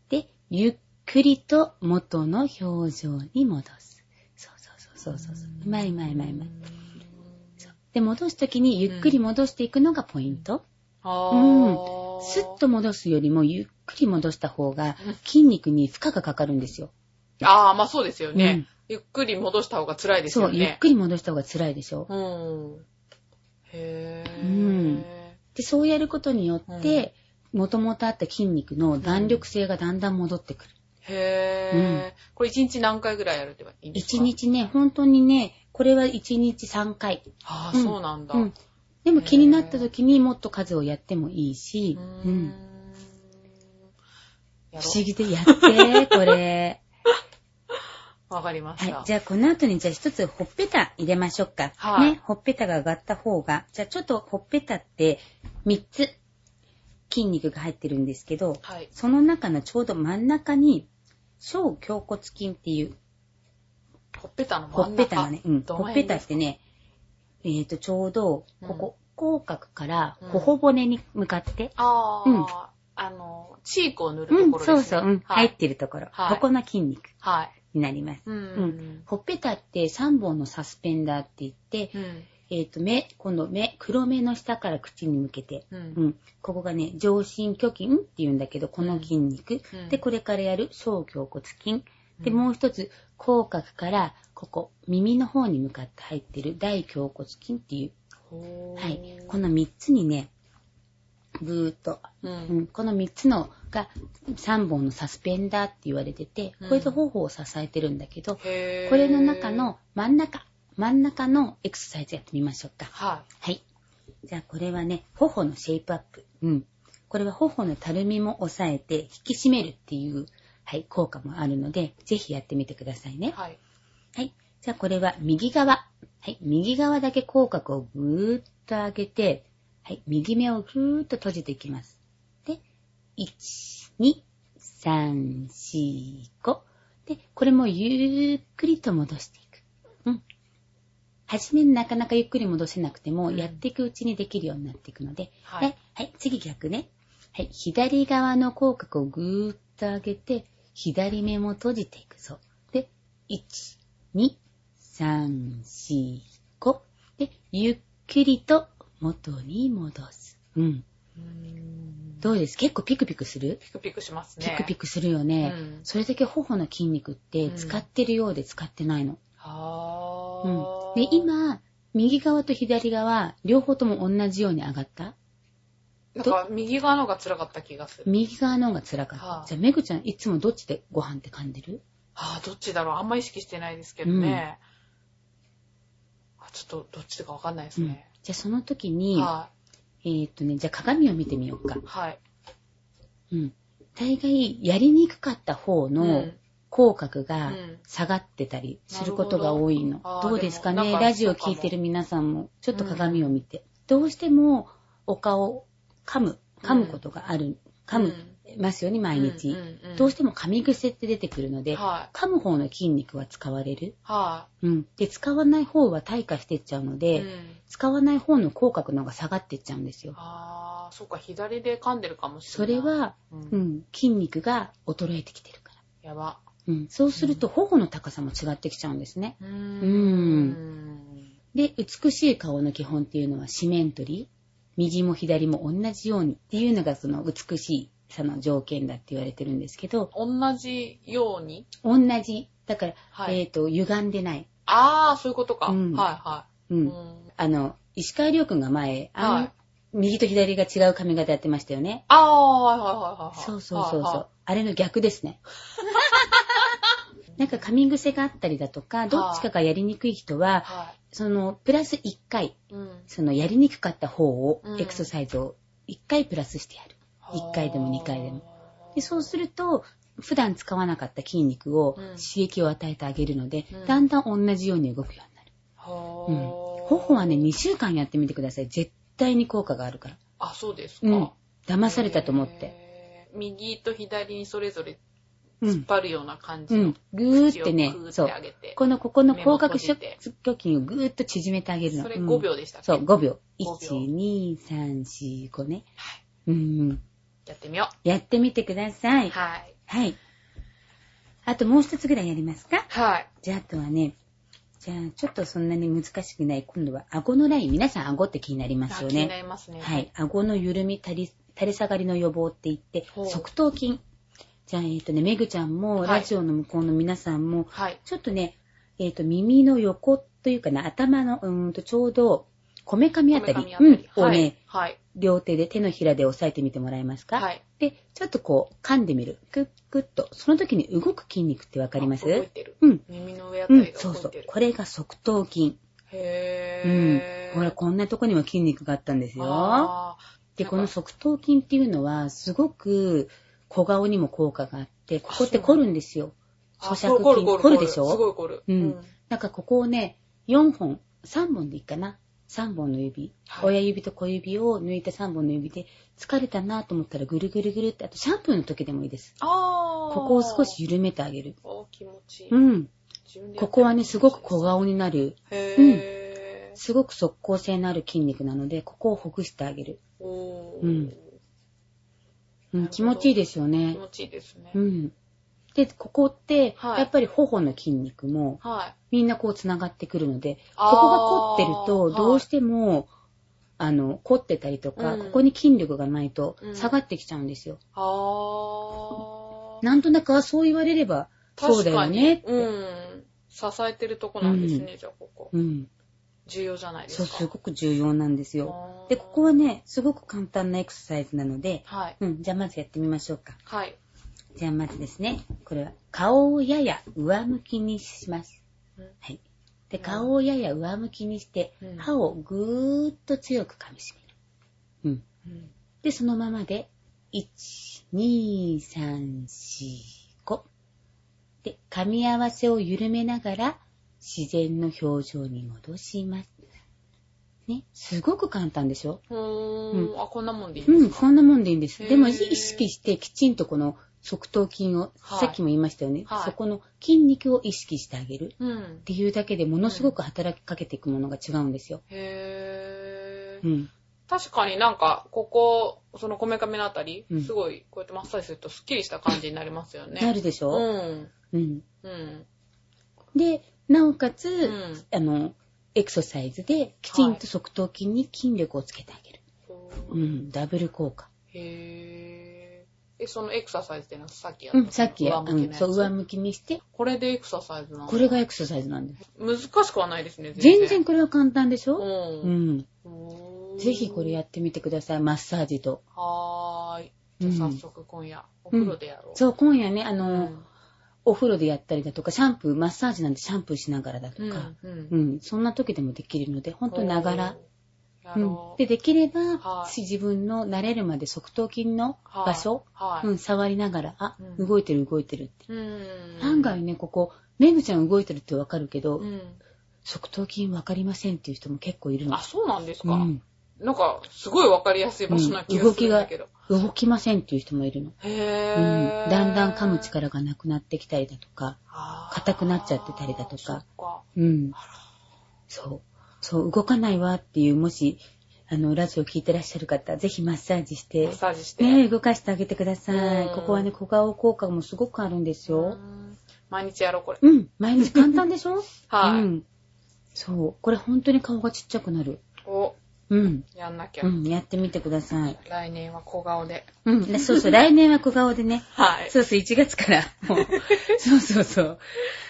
S2: で、ゆっくりと元の表情に戻す。そうそうそうそうそう。うまいうまいうまいうまい。そうで、戻す時にゆっくり戻していくのがポイント。
S1: あ
S2: うん
S1: ー。
S2: スッと戻すよりもゆっくり戻した方が筋肉に負荷がかかるんですよ。
S1: あー、まあそうですよ
S2: う
S1: ね
S2: ん。
S1: ゆっくり戻した方が辛いです
S2: そ
S1: よ
S2: う、ゆっ
S1: ね。
S2: くり戻した方が辛いでしょ。
S1: うん。へぇー。
S2: うんで、そうやることによって、元々あった筋肉の弾力性がだんだん戻ってくる。
S1: へぇー。これ1日何回ぐらいやるってばいいんですか
S2: 一。日ね、本当にね、これは一日3回。
S1: ああ、
S2: うん
S1: そうなんだ。
S2: うん。でも気になった時にもっと数をやってもいいし、
S1: ー
S2: うん。。
S1: や
S2: 不
S1: ろ
S2: 思議でやって、これ。
S1: う。わかりまし
S2: は
S1: た。
S2: い。じゃあ、この後に、じゃあ一つ、ほっぺた入れましょうか。
S1: はい
S2: ね。ほっぺたが上がった方が。じゃあ、ちょっとほっぺたって、3つ、筋肉が入ってるんですけど、
S1: はい。
S2: その中のちょうど真ん中に、小胸骨筋っていう、
S1: ほっぺたの
S2: ほ
S1: 真
S2: っ
S1: ん
S2: ぺ
S1: 中。
S2: たのね、うん。
S1: ど
S2: ほ
S1: の
S2: っぺ
S1: 辺
S2: た
S1: で
S2: っ
S1: す
S2: てね、えーと、ちょうど、ここ、口角から
S1: うん、
S2: 頬骨に向かって、
S1: あ
S2: うん
S1: あ、あの、チークを塗ると
S2: うん
S1: ころですね。
S2: そうそう、うん
S1: は
S2: 入
S1: い
S2: っ。てるところ。
S1: はい
S2: ここの筋肉
S1: はい。
S2: になります。
S1: う
S2: うんん。。ほっぺたって3本のサスペンダーって言って、
S1: うん。
S2: えっ、と、目、今度目、黒目の下から口に向けて、
S1: う。
S2: うんん。ここがね、上唇虚筋って言うんだけど、この筋肉。
S1: うん
S2: で、これからやる小胸骨筋。で、
S1: うん
S2: もう一つ、口角から、ここ、耳の方に向かって入ってる大胸骨筋っていう。
S1: ほー
S2: はい。この3つにね、ぐーっと
S1: う。
S2: うんん、この3つのが3本のサスペンダーって言われてて
S1: うん、
S2: これと方法を支えてるんだけど、
S1: へー
S2: これの中、の真ん中、真ん中のエクササイズやってみましょうか。
S1: は
S2: はい。じゃあこれはね、頬のシェイプアップ。うん。これは頬のたるみも抑えて引き締めるっていう、はい、効果もあるので、ぜひやってみてください
S1: い。
S2: ね。
S1: はい。
S2: はい。じゃあこれは右側。はい。右側だけ口角をぐーっと上げて、はい。右目をぐーっと閉じていきます。で、1、2、3、4、5。で、これもゆっくりと戻していく。うん。はじめなかなかゆっくり戻せなくても、
S1: うん
S2: やっていくうちにできるようになっていくので、
S1: はい
S2: ではい、次逆ね。はい、左側の口角をぐーっと上げて、左目も閉じていくぞ。で、1、2、3、4、5。で、ゆっくりと元に戻す。うん。どうです結構ピクピクする
S1: ピクピクします
S2: ピ
S1: ね。
S2: クピクするよね。
S1: うん
S2: それだけ頬の筋肉って使ってるようで使ってないの。
S1: は
S2: うん。
S1: ー
S2: で、、今、右側と左側、両方とも同じように上がった
S1: なんか右側の方が辛かった気がする。
S2: 右側の方が辛かった。
S1: はあ
S2: じゃあ、めぐちゃん、いつもどっちでご飯って噛んでる
S1: ああ、どっちだろうあんま意識してないですけどね。あちょっとどっちかわかんないです
S2: うん。
S1: ね。
S2: じゃあ、その時に、
S1: は
S2: えーっとね、じゃあ鏡を見てみようか
S1: い。。はい。
S2: うん。大概、やりにくかった方
S1: う
S2: の
S1: ん
S2: 口角
S1: う
S2: が
S1: ん
S2: 下がってたりすることが多いの。
S1: なるほどあ
S2: ど
S1: ー
S2: うですか
S1: でも
S2: ね
S1: なんか
S2: ラジオ
S1: そうかも
S2: 聞いてる皆さんも、ちょっと鏡を見て。どうしても、お顔、噛む、噛むことがある、噛む、ますよね、毎日。どうしてても噛み癖って出てくるので、
S1: はい。
S2: 噛む方の筋肉は使われる。
S1: は
S2: うん。で、使わない方は退化してっちゃうの
S1: い。
S2: で、
S1: うん
S2: 使わない方の口角の方が下がってっちゃうんですよ。
S1: ああ、そっか、左で噛んでるかもし
S2: そ
S1: れない。
S2: れ、は、
S1: う、
S2: うんん、筋肉が衰えてきてるから。
S1: やば。
S2: うん、そうすると頬の高さも違ってきちゃうんですね。
S1: うーん
S2: うーで、美しい顔の基本っていうのは四面取り。右も左も同じようにっていうのがその美しさの条件だって言われてるんですけど、
S1: 同じように。
S2: 同じ。だから、
S1: はい。
S2: えっ、と、歪んでない。
S1: ああ、そういうことか。
S2: うん
S1: は
S2: う
S1: いはい。
S2: ん。
S1: うん、
S2: あの、石川亮くんが前、あの
S1: はい
S2: 右と左が違う髪型やってましたよね。
S1: ああ、はいはいはいはいはい。
S2: そうそうそう
S1: はい
S2: そ
S1: は
S2: う。あれの逆です ね。なんか噛み癖があったりだとか、どっちかがやりにくい人
S1: い。
S2: は、
S1: は
S2: その、プラス1回、
S1: い。うん。
S2: そのやりにくかった方を
S1: う、ん
S2: エクササイズを1回プラスしてやる。一回でも二回でもでそうす
S1: る。
S2: ると、普段使わなかった筋肉を
S1: うん
S2: 刺激を与えてあげるので、
S1: うん
S2: だんだん同じように動くようになる。
S1: は
S2: うん頬はね、2週間やってみてください。絶対に効果があるから。
S1: あ、そうですか。
S2: うん。騙されたと思って。
S1: へー。右と左にそれぞれ
S2: う
S1: 突っ
S2: ん。
S1: 張るような感
S2: う
S1: じの
S2: ん。。ぐ
S1: 口
S2: ー
S1: を
S2: ってね
S1: グー、っ
S2: そう
S1: て。上げて。
S2: この、ここの
S1: 目
S2: 広
S1: も閉
S2: 角
S1: じ
S2: 筋
S1: て
S2: をぐーっと縮めてあげるの。
S1: それ
S2: うん
S1: 5秒でしたっけ、
S2: そう、5秒。
S1: 五秒
S2: 1、2、3、4、5ね。
S1: はい。
S2: うんうん。
S1: やってみよ
S2: やってみてくださ
S1: う。
S2: い。
S1: はい。
S2: はい。あともう一つぐらいやりますか
S1: はい。
S2: じゃあ、あとはね、じゃあ、ちょっとそんなに難しくない。今度は顎のライン。皆さん顎って気になりますよ
S1: あ気にな
S2: ね。
S1: りますね。
S2: はい。顎の緩み、垂れ垂れ下がりの予防って言って、
S1: ほう
S2: 側頭筋。じゃあ、えっ、とね、めぐちゃんも、
S1: はい
S2: ラジオの向こうの皆さんも、
S1: はい。
S2: ちょっとね、えっ、と、耳の横というかな、頭の、うーんと、ちょうど、こめかみあたり、
S1: こめかみあたり
S2: うんをね、
S1: はい。
S2: 両手で手のひらで押さえてみてもらえますか
S1: はい。
S2: で、ちょっとこう、噛んでみる。クックッと。その時に動く筋肉ってわかりま
S1: あ動い
S2: す
S1: てる。
S2: うん。
S1: 耳の上あた
S2: う
S1: り
S2: ん、
S1: が
S2: そう
S1: 動
S2: そ
S1: いうてる。。
S2: これが側頭筋。う
S1: へぇ。ー。
S2: んほら、こんなとこにも筋肉があったんですよ。
S1: あー
S2: で、
S1: なん
S2: こ
S1: か
S2: の側頭筋っていうのは、すごく小顔にも効果があって、ここって
S1: あそう
S2: 凝るんですよ。
S1: あ
S2: 咀嚼筋
S1: 凝る凝る
S2: 凝るでしょ
S1: すごい凝る。
S2: うんなんかここをね、4本、3本でいいかな。3本の指、
S1: はい
S2: 親指と小指を抜いた3本の指で、疲れたなと思ったらぐるぐるぐるって、あとシャンプーの時でもいいです。
S1: あー
S2: ここを少し。緩めてあげる。
S1: お気持ちいい。
S2: うん。
S1: 自分でやってる
S2: ここはね、すごく小。顔になる、
S1: へ
S2: すごく速効性のある筋肉なので、ここをほぐしてあげる。
S1: ぇー。おー
S2: うん
S1: なるほ
S2: うん、
S1: ど
S2: 気持ちいいですよ
S1: 気
S2: ね。
S1: 持ちいいですね
S2: う。ん。で、ここって、
S1: はい
S2: やっぱり頬の筋肉も、
S1: はい。
S2: みんなこう繋がってくるので、こ
S1: あー
S2: こが凝ってると、
S1: はい
S2: どうしても、あの、凝ってたりとか、
S1: うん
S2: ここに筋力がないと
S1: う、ん
S2: 下がってきちゃうんですよ。
S1: あー。
S2: なんとなく、あそう言われれば、そう
S1: 確
S2: だよ
S1: か
S2: ねっ
S1: に。
S2: て。
S1: うん。支えてるとこなんですね、じゃあここ。
S2: うん。
S1: 重要じゃないですか。
S2: そう、すごく重要なんですよ。
S1: あー
S2: で、ここはね、すごく簡単なエクササイズなので、
S1: はい。
S2: うん、じゃあまずやってみましょうか。
S1: はい。
S2: じゃあまずですね、これは顔をやや上向きにします。
S1: うん
S2: はい。で、
S1: うん
S2: 顔をやや上向きにして、
S1: うん
S2: 歯をぐーっと強く噛み締める。うん。
S1: うん
S2: で、そのままで、1、2、3、4、5。で、噛み合わせを緩めながら、自然の表情に戻します。ね、すごく簡単でしょ
S1: うーん。あ、こんなもんでいい
S2: うんん、
S1: です
S2: こ
S1: か
S2: んなもんでいいんです。
S1: へー
S2: でも意識してきちんとこの側頭筋を、
S1: はい
S2: さっきも言いましたよね、
S1: はい
S2: そこの筋肉を意識してあげる
S1: うん
S2: っ。ていうだけでものすごく働きかけていくものが違うんですよ。
S1: へ
S2: う
S1: ー。
S2: ん。
S1: 確かになんか、ここ、そのこめかみのあたり
S2: うん、
S1: すごい、こうやってマッサージするとスッキリした感じになりますよね。
S2: なるでし
S1: う
S2: ょ、
S1: ん。
S2: うん、
S1: うん。
S2: で、なおかつ、
S1: うん
S2: あの、エクササイズできちんと側頭筋に筋力をつけてあげる。
S1: そう
S2: うん、ダブル効果。
S1: へー。え、そのエクササイズっていうのはさっきやった
S2: う
S1: の、
S2: ん、さっき
S1: 上
S2: や、う
S1: 向き
S2: ん、
S1: のやつ
S2: そう、上向きにして、
S1: これでエクササイズなの
S2: これがエクササイズなんです。
S1: 難しくはないですね、
S2: 全然これは簡単でしょ、う、
S1: うんん。
S2: ぜひこれや
S1: っ
S2: ってみてください、マッサージと。
S1: はーい。じゃあ早速今夜、お風呂でやろう。
S2: そう、今夜ね、あ
S1: う
S2: の、
S1: ん。
S2: お風呂でやったりだとか、シャンプー、マッサージなんてシャンプーしながらだとか、
S1: うん。
S2: う
S1: うん
S2: ん、そんな時でもできるので、ほんとながら。。
S1: や
S2: うん
S1: ろ、う。
S2: で、できれば、
S1: はい
S2: 自分の慣れるまで側頭筋の
S1: はい
S2: 場所、
S1: はい。
S2: うん、触りながら、あ、
S1: うん
S2: 動いてる動いてるって。
S1: うん。
S2: 案外ね、ここ、めぐちゃん動いてるってわかるけど、
S1: うん。
S2: 側頭筋わかりませんっていう人も結構いるの
S1: あ、。そうなんです
S2: う
S1: か。
S2: ん、
S1: なんか、すごいわかりやすい場所な気がするんだけど。
S2: 動きませんっていう人もいるの。
S1: へ
S2: うん、
S1: ー。
S2: だんだん噛む力がなくなってきたりだとか、
S1: あー、
S2: 硬くなっちゃってたりだとか
S1: そっか。
S2: うん。そう。そう、動かないわっていう、もし、あの、ラジオ聞いてらっしゃる方、ぜひマッサージして
S1: マッ、サージして。
S2: ね、動かしてあげてください。
S1: うん
S2: ここはね、小顔効果もすごくあるんです
S1: う
S2: よ。
S1: ん毎日やろう、これ。
S2: うん、毎日簡単でしょ
S1: はい。
S2: うん。そう、これ本当に顔がちっちゃくなる。
S1: お、
S2: うん。
S1: やんなきゃ。
S2: うん、やってみてください。
S1: 来年は小顔で。
S2: うん、そうそう、来年は小顔でね。
S1: はい。
S2: そうそう、1月から。も うそうそうそう。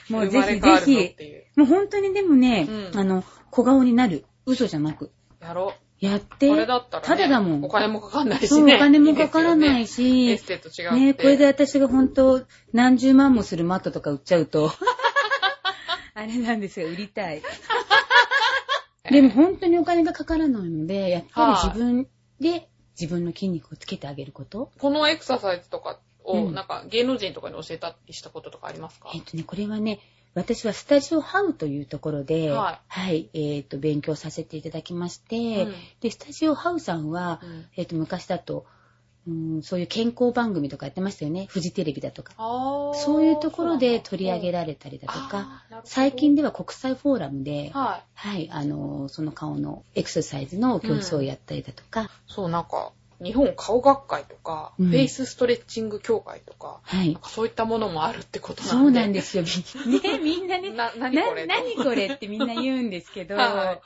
S2: もう
S1: 生
S2: ぜひ
S1: まれ
S2: ぜ
S1: 変わるぞっ
S2: ひ
S1: て。いう
S2: もう本当にでもね、
S1: うん
S2: あの、小顔になる。嘘じゃなく。
S1: やろ
S2: やっ
S1: う。
S2: て。
S1: これだったら、ね。
S2: ただだもん。
S1: お金もかかんないし
S2: そう、
S1: ね。
S2: お金もかからない
S1: い
S2: し、
S1: いですよねエステと違う。
S2: ね、これで。私が本当、何十万もするマットとか売っちゃう と、あれなんですよ、売りたい。でも本当にお金がかからないので、やっぱり自分で自分の筋肉をつけてあげること。
S1: このエクササイズとかを、
S2: うん
S1: なんか芸能人とかに教えたりしたこととかありますか
S2: えっとね、これはね、私はスタジオハウというところで、、
S1: はい
S2: えっと、勉強させていただきまして、
S1: うん
S2: で、スタジオハウさんは、
S1: うん
S2: えっと、昔だと、うん、そういう健康番組とかやってましたよね。フジテレビだとか。
S1: あー
S2: そういうところで取り上げ
S1: ら
S2: られたりだとか、
S1: か
S2: 最近
S1: で、
S2: では国際フォーラムで、
S1: はい。
S2: はい、あの、その顔のエクササイズの教室をやったりだとか、
S1: そう、なんか、日本顔学会とか、
S2: うん
S1: フェイスストレッチング協会とか、
S2: はい
S1: なん。かそういったものもあるってことなんで。
S2: そうなんですよ。 ね、みんなね、
S1: な、
S2: な
S1: 何これと
S2: 何これってみんな言うんですけど、
S1: は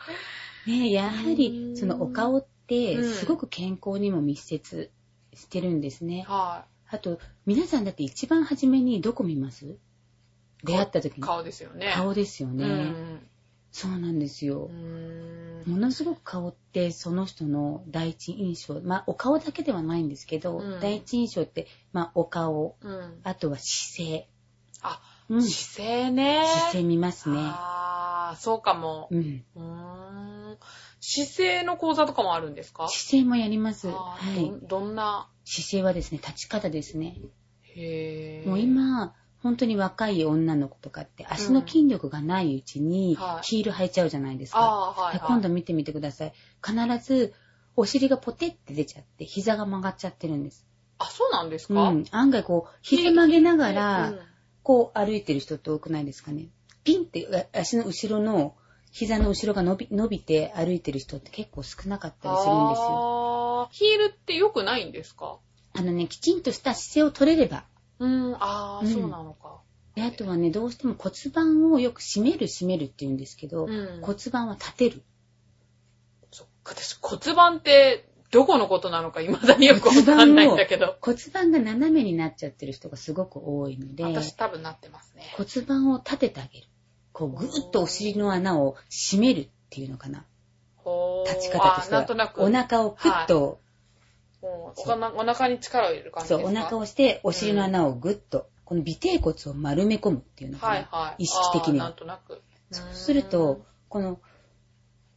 S2: ね、やは
S1: う
S2: り、
S1: ん
S2: そのお顔って、
S1: うん
S2: すごく健康にも密接してるんですね。
S1: は
S2: あと、皆さんだって一番初めにどこ見ます
S1: い。
S2: 出会った時に。
S1: 顔ですよね。
S2: 顔ですよね。
S1: うん
S2: そうなんです
S1: う
S2: よ。
S1: ーん
S2: ものすごく顔ってその人の第一印象、まあお顔だけではないんですけど、
S1: うん
S2: 第一印象って、まあお顔、
S1: うん
S2: あとは姿勢。
S1: あ、
S2: うん、姿
S1: 姿勢ね。
S2: 勢見ますね。
S1: ああ、そうかも。
S2: うん。
S1: うーん。姿勢の講座とかもあるんですか
S2: 姿勢もやります。は
S1: あー
S2: い。
S1: どどんな、
S2: 姿勢はですね、立ち方ですね。
S1: へー
S2: もう、今、本当に若い女の子とかって足の筋力がないうちに
S1: はい
S2: ヒール履いちゃうじゃないですか。
S1: ああ、はい、はい。
S2: 今度見てみてください。必ずお尻がポテって出ちゃって、膝が曲がっちゃってるんです。
S1: あ、そうなんです
S2: う
S1: か、
S2: ん、案外こう、膝曲げながら
S1: うん、
S2: こう歩いてる人って多くないですかね。ピンってあ足の後ろの、膝の後ろが伸び伸びて歩いてる人って結構少なかったりするんですよ。
S1: あーヒールって良くないんですか
S2: あのね、きちんとした姿勢を取れれば。
S1: うん、ああ、
S2: うん
S1: そうなのか。
S2: であとはね、どうしても骨盤をよく締める締めるって言うんですけど、
S1: うん
S2: 骨盤は立てる。
S1: そっか私骨盤ってどこのことなのか未だによくわかんないんだけど。
S2: 骨盤が斜めになっちゃってる人がすごく多いので、
S1: 私多分なってますね。
S2: 骨盤を立ててあげる。こう、ぐーっとお尻の穴を締めるっていうのかな。
S1: ほー
S2: 立ち方として
S1: あー
S2: は。
S1: なんとなく。
S2: お腹をグッと、
S1: もうお腹お腹に力を入れる感じ
S2: そ
S1: です
S2: う、
S1: か
S2: お腹をして、お尻の穴をグッと、この尾低骨を丸め込むっていうのかな。
S1: はいはい。
S2: 意識的に
S1: あーな
S2: は
S1: ん。となく。
S2: そうすると、この、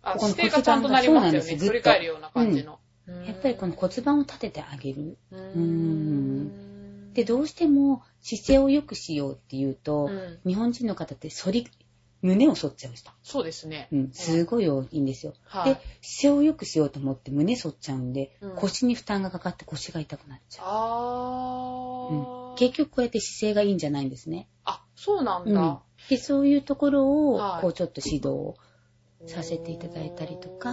S1: あ、
S2: ここの
S1: 姿勢がちゃんとなりますよ
S2: そうなん
S1: ね。
S2: です
S1: 反り返るような感じの。
S2: やっぱりこの骨盤を立ててあげる。
S1: うー
S2: うー
S1: ん。
S2: で、どうしても姿勢を良くしようっていうと、
S1: うん
S2: 日本人の方って反り胸を反っちゃう人。
S1: そうですね。
S2: うん、すごい多いんですよ。
S1: はい
S2: で、姿勢を良くしようと思って胸反っちゃうんで、
S1: うん
S2: 腰に負担がかかって腰が痛くなっちゃ
S1: あ
S2: う。
S1: ー、
S2: うん、結局こうやって姿勢がいいんじゃないんですね。
S1: あ、そうなん
S2: うん
S1: だ。、
S2: でそういうところを
S1: はい
S2: こうちょっと指導をさせていただいたりとか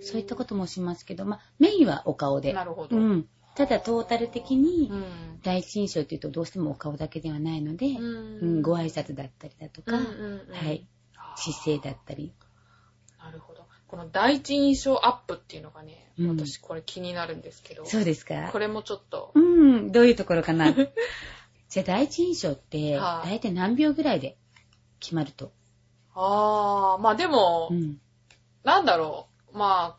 S2: そういったこともしますけど、まあ、メインはお顔で
S1: な、るほど。
S2: う
S1: うん。
S2: ん、ただトータル的に第一印象っていうとどうしてもお顔だけではないので、うんご挨拶だったりだとか、
S1: うんうんうん
S2: はい、
S1: あー
S2: 姿勢だったり、
S1: なるほど。この第一印象アップっていうのがね、
S2: うん
S1: 私これ気になるんですけど、
S2: そうですか
S1: これもちょっと、
S2: うん、どういうところか な。じゃあ第一印象って、
S1: はい
S2: 大体何秒ぐらいで決まると。
S1: あー、まあでも、
S2: うん。
S1: なんだろう、まあ、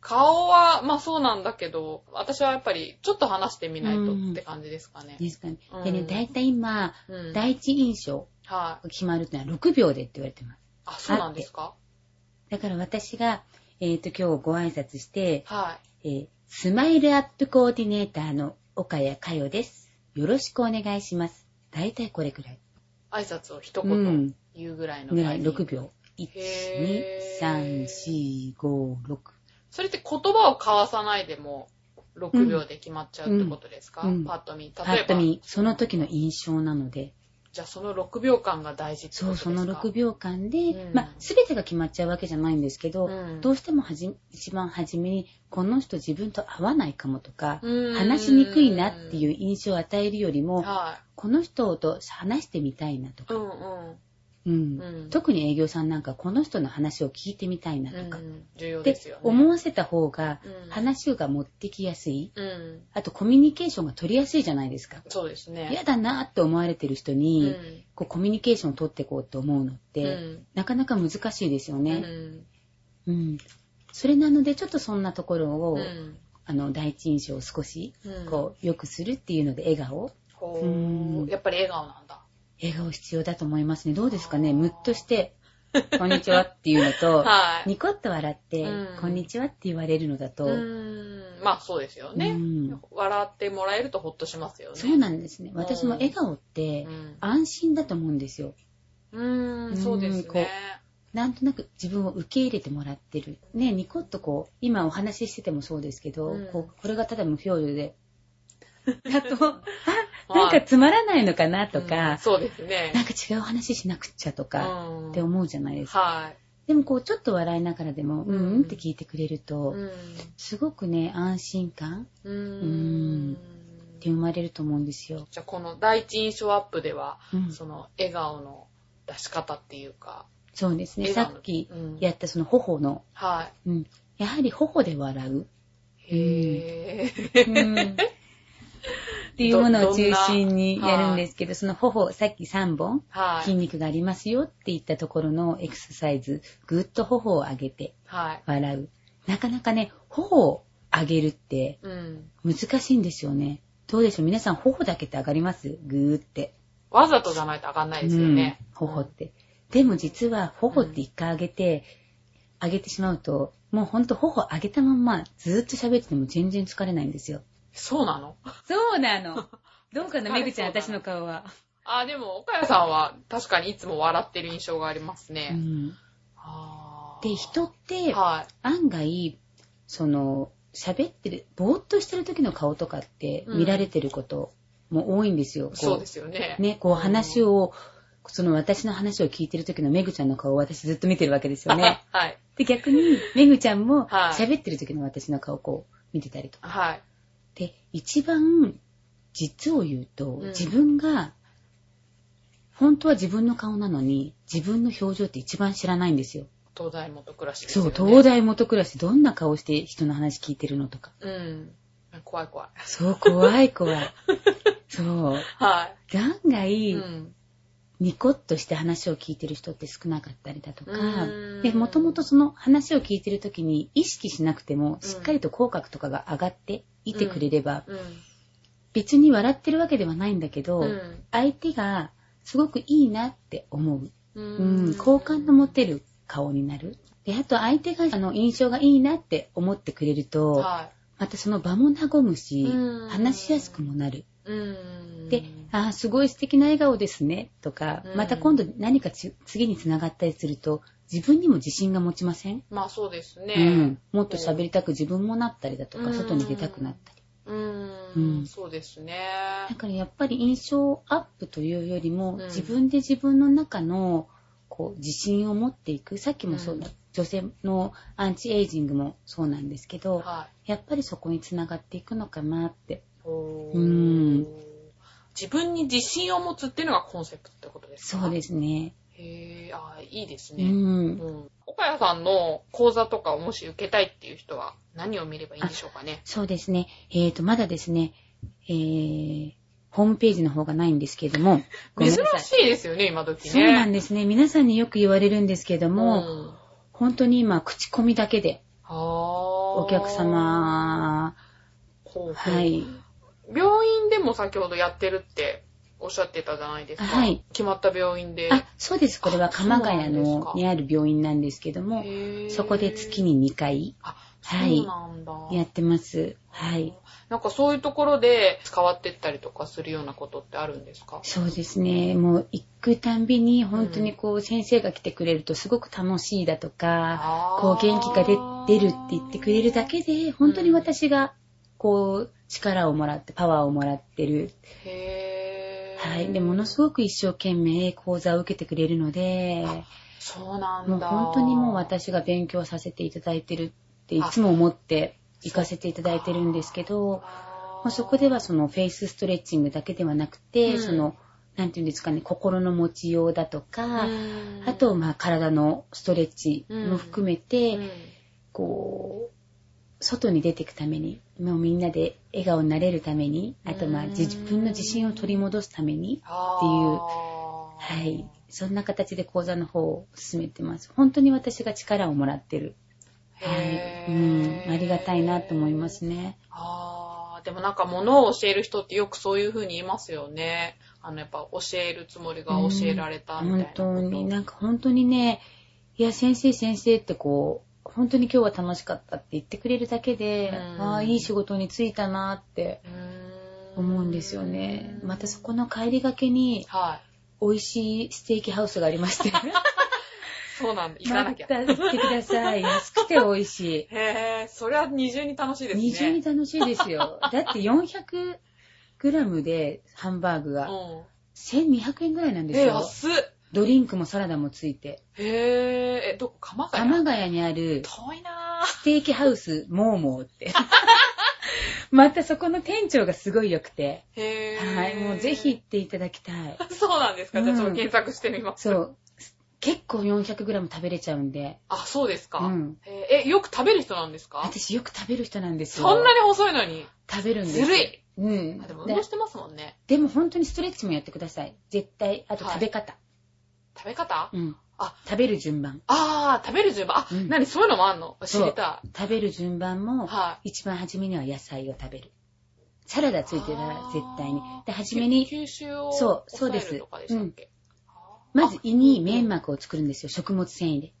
S1: 顔は、まあそうなんだけど、私はやっぱりちょっと話してみないとって感じですかね。
S2: ですかね
S1: うん。
S2: でね、大体今、
S1: うん。はい、
S2: 第一印象が決まるってのは6秒でって言われてます。
S1: あ、そうなんですか
S2: だから私が、えっ、と、今日ご挨拶して、
S1: はい。
S2: えースマイルアップコーディネーターの岡谷佳代です。よろしくお願いします。大体これくらい。
S1: 挨拶を一
S2: う
S1: 言
S2: ん
S1: 言うぐらいの
S2: ぐら
S1: タイ
S2: い、
S1: ミング
S2: 6秒。1、
S1: へー
S2: 2、3、4、5、6。
S1: それって言葉を交わさないでも6秒で決まっちゃうってことですか、
S2: うん
S1: パッと見。
S2: パ
S1: 例え
S2: ッと
S1: ば、
S2: 見、その時の印象なので、
S1: じゃあその6秒間が大事ってこと
S2: そう、
S1: です
S2: そ
S1: か
S2: の6秒間で、
S1: うん
S2: まあ、すべてが決まっちゃうわけじゃないんですけど、
S1: うん
S2: どうしてもはじ、一番初めに、この人自分と合わないかもとか、
S1: うん
S2: 話しにくいなっていう印象を与えるよりも、
S1: は
S2: この人と話してみたいなと
S1: い。う
S2: か、
S1: んうん。
S2: うん
S1: うん
S2: 特に営業さんなんかこの人の話を聞いてみたいな
S1: う
S2: とか、
S1: ん、重要
S2: で
S1: ですよね。
S2: 思わせた方が
S1: うん
S2: 話が持ってきやすい、
S1: うん。
S2: あとコミュニケーションが取りやすいじゃないですか。
S1: そうですね。
S2: 嫌だなって思われてる人
S1: う
S2: に、
S1: ん
S2: こうコミュニケーションを取っていこうと思うのって、
S1: うん
S2: なかなか難しいですよ
S1: う
S2: ね。
S1: ん。
S2: うん。それなので、ちょっとそんなところを、
S1: うん
S2: あの、第一印象を少し、
S1: うん
S2: こう、良くするっていうので、笑顔
S1: ほ
S2: うん
S1: う。やっぱり笑顔なんだ。
S2: 笑顔必要だと思いますね。どうですかね
S1: あー
S2: ムッとして、こんにちはっていうのと、
S1: はい。
S2: ニコッと笑って、
S1: うん
S2: こんにちはって言われるのだと、
S1: うん。まあそうですよね
S2: う。ん
S1: 笑ってもらえるとほっとしますよね。
S2: そうなんですね。私も笑顔って、
S1: うん
S2: 安心だと思うんですよ。
S1: うん、そうです
S2: うんこう
S1: ね。
S2: なんとなく自分を受け入れてもらってる。ね、ニコッとこう、今お話ししててもそうですけど、
S1: うん
S2: こうこれがただ無表情 で、だと、あ、
S1: はい
S2: なんかつまらないのかなと
S1: うん
S2: か、
S1: そうですね。
S2: なんか違う話しなくっちゃとか、
S1: うん
S2: って思うじゃないですか。
S1: はい。
S2: でもこう、ちょっと笑いながらでも、
S1: う
S2: うんんうんって聞いてくれると、
S1: うん。
S2: すごくね、安心感
S1: うー
S2: うん
S1: ん。
S2: って生まれると思うんですよ。
S1: じゃあ、この第一印象アップでは、
S2: うん
S1: その笑顔の出し方っていうか、
S2: そうですね。
S1: 笑
S2: さ
S1: 顔
S2: っき
S1: うん
S2: やったその頬の、
S1: は
S2: うん、やはり頬で笑う。
S1: い。へ
S2: う
S1: ぇ
S2: んっていうものを中心にやるんですけど、その頬、さっき3本、
S1: は
S2: 筋
S1: い。
S2: 肉がありますよって言ったところのエクササイズ、ぐっと頬を上げて
S1: はい。
S2: 笑う。なかなかね、頬を上げるって
S1: うん。
S2: 難しいんですよね。どうでしょう皆さん頬だけって上がりますぐーって。
S1: わざとじゃないと上がんないですよね。
S2: うん頬って。でも実は頬って一回上げて、上げてしまうと、もうほんと頬上げたまんまずーっと喋ってても全然疲れないんですよ。
S1: そうなの
S2: そう なの。どう
S1: 疲れそ
S2: かな、
S1: うだな
S2: めぐちゃん、私の顔は。
S1: あ、でも、岡谷さんは確かにいつも笑ってる印象があります
S2: う
S1: ね。
S2: ん
S1: あー
S2: で、人って、
S1: は
S2: 案外、その、喋ってる、ぼーっとしてる時の顔とかって
S1: うん
S2: 見られてることも多いんですよ。こ
S1: い。そうですよね。
S2: ね、こう話を、その私の話を聞いてる時のめぐちゃんの顔を私ずっと見てるわけです よね。
S1: はい。
S2: で、逆に、めぐちゃんも
S1: はい
S2: 喋ってる時の私の顔をこう見てたりとか。
S1: はい。
S2: で、一番実を言うと、
S1: うん
S2: 自分が、本当は自分の顔なのに、自分の表情って一番知らないんですよ。
S1: 東大元暮らしですよ
S2: そう、
S1: ね。
S2: 東大元暮らし、どんな顔して人の話聞いてるのとか。
S1: うん。怖い怖い。
S2: そう、怖い 怖い。そう。
S1: は
S2: 案
S1: い。
S2: 外、
S1: うん。
S2: ニコッとして話を聞いてる人って少なかったりだとか
S1: うーん、
S2: で、もともとその話を聞いてる時に意識しなくても、しっかりと口角とかが上がっていてくれれば、
S1: うん。
S2: 別に笑ってるわけではないんだけど、
S1: うん
S2: 相手がすごくいいなって思う。
S1: う
S2: うん、好感の持てる顔になる。で、あと相手があの印象がいいなって思ってくれると、
S1: は
S2: またその場も和むし
S1: うん、
S2: 話しやすくもなる。
S1: い。うん。
S2: で、あーすごい素敵な笑顔ですね、とか
S1: う、ん
S2: また今度何かつ次につながったりすると、自分にも自信が持ちません、
S1: まあそうですね。
S2: うん、もっと喋りたく自分もなったりだと
S1: う
S2: か、
S1: ん
S2: 外に出たくなったり。
S1: うん。
S2: うん
S1: そうですね。
S2: だからやっぱり印象アップというよりも、
S1: うん
S2: 自分で自分の中のこう自信を持っていく、さっきもそうだ、
S1: うん
S2: 女性のアンチエイジングもそうなんですけど、
S1: はい。
S2: やっぱりそこにつながっていくのかなって。
S1: おー
S2: うん
S1: 自分に自信を持つっていうのがコンセプトってことですか。
S2: そうですすね。
S1: へー、あーいいです
S2: う
S1: ね。
S2: ん。
S1: うん。岡谷さんの講座とかをもし受けたいっていう人は何を見ればいいんでしょうかね。
S2: そうですね。えーと、まだですね、えー、ホームページの方がないんですけれども、ごめ
S1: 珍
S2: んなさい。
S1: しいですよね、今時ね。
S2: そうなん
S1: で
S2: ですね。皆さんによく言われるんですけれども、本当に今、口コミだけで、
S1: お
S2: お客。様、
S1: ほうほう
S2: はい。
S1: 病院でも先ほどやってるっておっしゃってたじゃないですか。
S2: はい
S1: 決まった病院で。
S2: あ、そうです。これは鎌ヶ谷
S1: そうなんですか
S2: のにある病院なんですけども、
S1: へー
S2: そこで月。に2回
S1: あ、
S2: は
S1: そう
S2: い
S1: なんだ。
S2: やってます。はい。
S1: なんかそういうところで変わってったりとかするようなことってあるんですか
S2: そうですね。もう行くたんびに本当にこう先生が来てくれるとすごく楽しいだとか、こう元気が出出るって言ってくれるだけで、本当に私がこう力をもらってパワーをもらってる。
S1: け。へー。
S2: はい。で、ものすごく一生懸命講座を受けてくれるので、
S1: そうなんだ。
S2: もう本当にもう私が勉強させていただいてるっていつも思って行かせていただいてるんですけど、
S1: あー。
S2: まあそこではそのフェイスストレッチングだけではなくて、
S1: うん
S2: その、なんていうんですかね、心の持ちようだとか、
S1: うん、
S2: あと、まあ、体のストレッチも含めて、
S1: うん、
S2: こう、外に出ていくために、もうみんなで笑顔になれるために、あと、まあ、
S1: うん
S2: 自分の自信を取り戻すために、
S1: あ
S2: は
S1: ー
S2: い。そんな形で講座の方を進めてます。本当に私が力をもらってる。はい
S1: へ。
S2: う
S1: ー
S2: ん。ありがたいなと思いますね。
S1: あーでもなんか物を教える人ってよくそういう風に言いますよね。あの、やっぱ教えるつもりが教えられたみたいな
S2: 本
S1: こと。
S2: 当に、なんか本当にね、いや、先生、先生ってこう、本当に今日は楽しかったって言ってくれるだけで、
S1: うん
S2: ああ、いい仕事に就いたなって
S1: うー
S2: 思うんですよね。またそこの帰りがけに、
S1: はい。
S2: 美味しいステーキハウスがありまして、
S1: そうなん だ。行かなきゃ。
S2: また行ってください。安くて美味しい。
S1: へえ、それは二重に楽しいですね。
S2: 二重に楽しいですよ。だって400グラムでハンバーグが
S1: うん。
S2: 1200円ぐらいなんです
S1: え、
S2: よ。
S1: 安っ。
S2: ドリンクもサラダもついて。
S1: へえ、え、どこ鎌ヶ谷
S2: 鎌ヶ谷にある
S1: 遠いなぁ。
S2: ステーキハウス、モーモーって。 またそこの店長がすごい良くて。
S1: へえ。
S2: はい、もうぜひ行。っていただきたい。
S1: そうなんですか。じゃあ
S2: う
S1: ち
S2: ん
S1: ょっと検索してみます。
S2: そう。結構 400g 食べれちゃうんで。
S1: あ、そうですか。
S2: うん
S1: へーえ、よく食べる人なんですか
S2: 私よく食べる人なんですよ。
S1: そんなに細いのに。
S2: 食べるんです
S1: ず
S2: よ。
S1: るい。
S2: うん
S1: あでも
S2: で
S1: 運動してますもんね。
S2: でも本当にストレッチもやってください。絶対。あと
S1: はい
S2: 食べ方。
S1: 食べ方
S2: うん。
S1: あ
S2: 食べる順番。
S1: あー、食べる順番。あ、
S2: うん
S1: 何そういうのもあんの知りた
S2: 食べる順
S1: い。
S2: 番も、
S1: は
S2: 一番初めには野菜を食べる。サラダ
S1: い。
S2: ついてるから絶対に
S1: あ。ー
S2: で、初めに、
S1: 吸収を
S2: そう
S1: 抑え
S2: そうです
S1: るとかでしたっけ
S2: まず胃に
S1: メ
S2: 粘膜を作るんですよ。食物繊維で。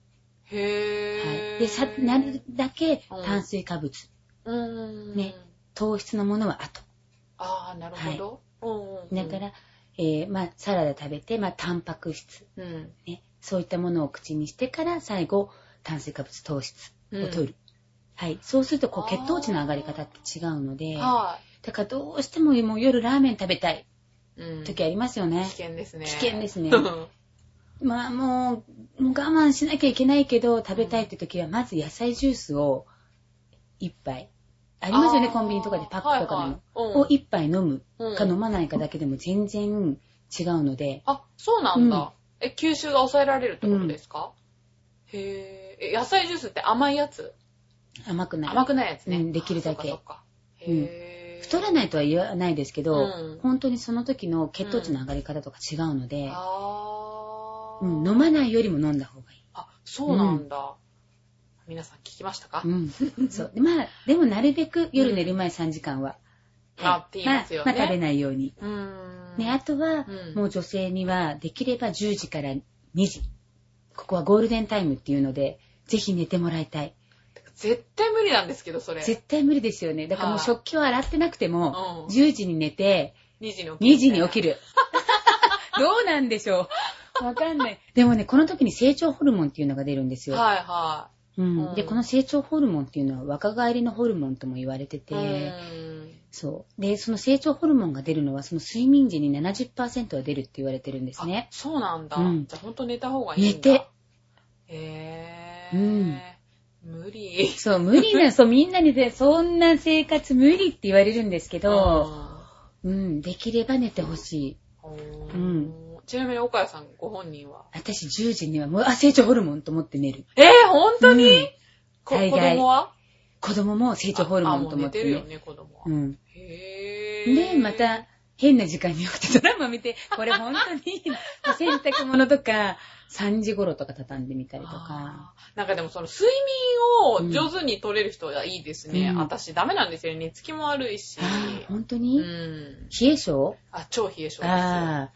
S1: へ
S2: は
S1: ー。
S2: い。で、さ、なるだけ炭水化物、
S1: うーん。
S2: ね。糖質のものは後。
S1: ああ、なるほど。うんうんうん
S2: だか、ら、えー、まあ、サラダ食べて、まあ、タンパク質、
S1: うん。
S2: ね。そういったものを口にしてから、最後、炭水化物、糖質を取る。はい。そうすると、こう、血糖値の上がり方って違うので、
S1: は
S2: だからどうしてももう夜ラーメン食べたい
S1: い。うん
S2: 時ありますよね
S1: 危。険ですね。
S2: 危険で すね
S1: うん
S2: まあもう、もう我慢しなきゃいけないけど、食べたいって時は、まず野菜ジュースを一杯。ありますよね、
S1: あー
S2: コンビニとかでパックとかでも。
S1: はいはいうん
S2: を一杯飲むか
S1: うん
S2: 飲まないかだけでも全然違うので、
S1: あ、そうなん
S2: うん
S1: だ。え、吸収が抑えられるってことですかへーえ。野菜ジュースって甘いやつ
S2: 甘くない。
S1: 甘くないやつ
S2: う
S1: ね。
S2: んできるだけ
S1: あそっかそっかへー
S2: 太らないとは言わないですけど、
S1: うん
S2: 本当にその時の血糖値の上がり方とか違うので、
S1: あー
S2: うん飲まないよりも飲んだ方がいい。
S1: あ、そうなんだ。皆さん聞きましたか
S2: うん。そう。でまあ、でもなるべく夜寝る前3時間は。
S1: あって言いますよね
S2: まあまあ食べないように。
S1: うーん。
S2: ね、あとは、
S1: うん
S2: もう女性には、できれば10時から2時。ここはゴールデンタイムっていうので、ぜひ寝てもらいたい。
S1: 絶対無理なんですけど、それ。
S2: 絶対無理ですよね。だからもう
S1: はい
S2: 食器を洗ってなくても、
S1: うん
S2: 10時に寝て、
S1: 2時に起きる。
S2: 2時に起き
S1: る。
S2: る。 どうなんでしょう。わかんない。でもね、この時に成長ホルモンっていうのが出るんですよ。
S1: はいは
S2: うん
S1: うん
S2: で、この成長ホルモンっていうのは若返りのホルモンとも言われて
S1: い。
S2: て、
S1: うん
S2: そう。で、その成長ホルモンが出るのは、その睡眠時に70%は出るって言われてるんですね
S1: あ。そうなんだ。
S2: うん
S1: じゃあほんと寝た方がいいんだ。
S2: 寝て。
S1: へ
S2: うん
S1: ぇー。無理。
S2: そう、無理な、そう、みんなにで、そんな生活無理って言われるんですけど、
S1: あ
S2: うん、できれば寝てほしい。
S1: ーほー
S2: うん
S1: ちなみに岡谷さんご本人は
S2: 私10時にはもう、あ、成長ホルモンと思って寝る。
S1: えー、ほんとに、
S2: うん
S1: こ
S2: 大
S1: 子
S2: 概
S1: 供は
S2: 子供も成長ホルモンと思って
S1: ああ
S2: 寝
S1: もう寝てる
S2: る
S1: よ。ね、子供は。
S2: うん。
S1: へぇー。
S2: で、また、変な時間に起きてドラマ見て、これ本当に、洗濯物とか、3時頃とか畳んでみたりとか。
S1: あーなんかでもその睡眠を上手に取れる人はいいですね。
S2: うん
S1: 私ダメなんですよね。寝つきも悪いし。
S2: あー本当
S1: う
S2: に、
S1: ん。
S2: 冷え性
S1: あ、超冷え性ですよ。
S2: ああ、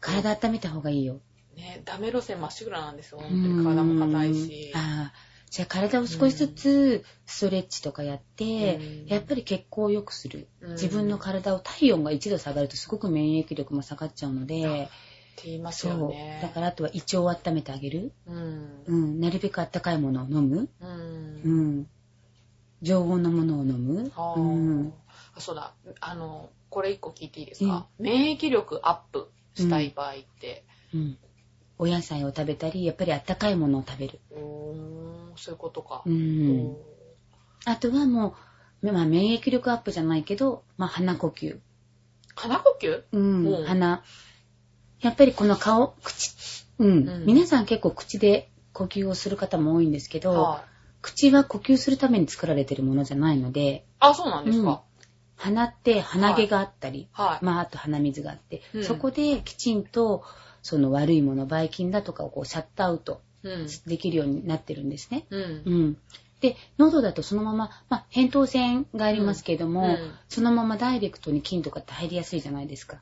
S2: 体温めた方がいいよ。
S1: ね、ダメ路線まっしぐらなんですよ。本当に体も硬いし
S2: うん。ああ、じゃあ体を少しずつストレッチとかやって、
S1: うん
S2: やっぱり血行を良くする。
S1: うん
S2: 自分の体を体温が1度下がるとすごく免疫力も下がっちゃうので、
S1: って言います
S2: そ
S1: よ
S2: う。
S1: ね。
S2: だからあとは胃腸を温めてあげる。
S1: うん。
S2: うん。なるべくあったかいものを飲む。
S1: う。
S2: うんん。常温のものを飲む。
S1: はあ
S2: うん。
S1: あそうだ。あの、これ一個聞いていいですか、免疫力アップしたい場合って、
S2: うん。お野菜を食べたり、やっぱりあったかいものを食べる。
S1: うーんそういうことか。
S2: う。
S1: うん
S2: あとはもう、まあ、免疫力アップじゃないけど、まあ、鼻呼吸。
S1: 鼻呼吸
S2: うん、
S1: うん
S2: 鼻。やっぱりこの顔、口。うん。
S1: うん
S2: 皆さん結構口で呼吸をする方も多いんですけど、
S1: はい。
S2: 口は呼吸するために作られてるものじゃないので、
S1: あ、そうなんですか。
S2: 鼻って鼻毛があったり、
S1: はい。
S2: まあ、あと鼻水があって、
S1: うん
S2: そこできちんと、その悪いもの、ばい菌だとかをこうシャットアウト
S1: うん。
S2: できるようになってるんですね。
S1: うん。
S2: うん。で、喉だとそのまま、まあ、扁桃腺がありますけども、
S1: うん
S2: そのままダイレクトに菌とかって入りやすいじゃないですか。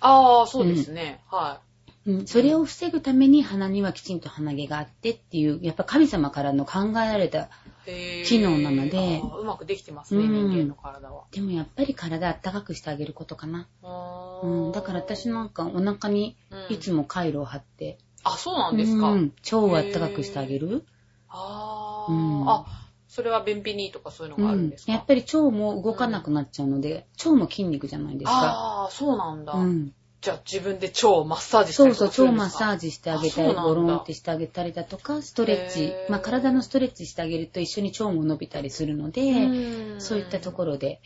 S1: ああ、そうですね。は
S2: うん、それを防ぐために鼻にはきちんと鼻毛があってっていう、やっぱ神様からの考えられた。
S1: い。へー
S2: 機能なので
S1: あーうまくできてますね、
S2: うん
S1: 人間の体は。
S2: でもやっぱり体あったかくしてあげることかな。
S1: あ
S2: う
S1: ー
S2: ん、だから私、なんかお腹にいつ
S1: も。
S2: もカイロを貼って、
S1: あ、そうなんですか。
S2: うん、腸をあったかくしてあげる。
S1: ああ、
S2: うん
S1: あ、それは便秘にとかそういうの
S2: う
S1: があるん
S2: ん
S1: です、か、
S2: やっぱり腸も動かなくなっちゃうので、腸も筋肉じゃないですか。
S1: ああ、そうなんだ。
S2: うん、
S1: じゃあ自分で腸をマッサージした
S2: そ
S1: り
S2: う
S1: と
S2: そう、
S1: かする
S2: 腸
S1: んで
S2: マッ
S1: すか
S2: サージしてあげた
S1: あそ
S2: り、
S1: うなんだ
S2: ゴロンってしてあげたりだとか、ストレッチ
S1: へ。ー
S2: まあ体のストレッチしてあげると一緒に腸も伸びたりするので、
S1: うん
S2: そういったところで、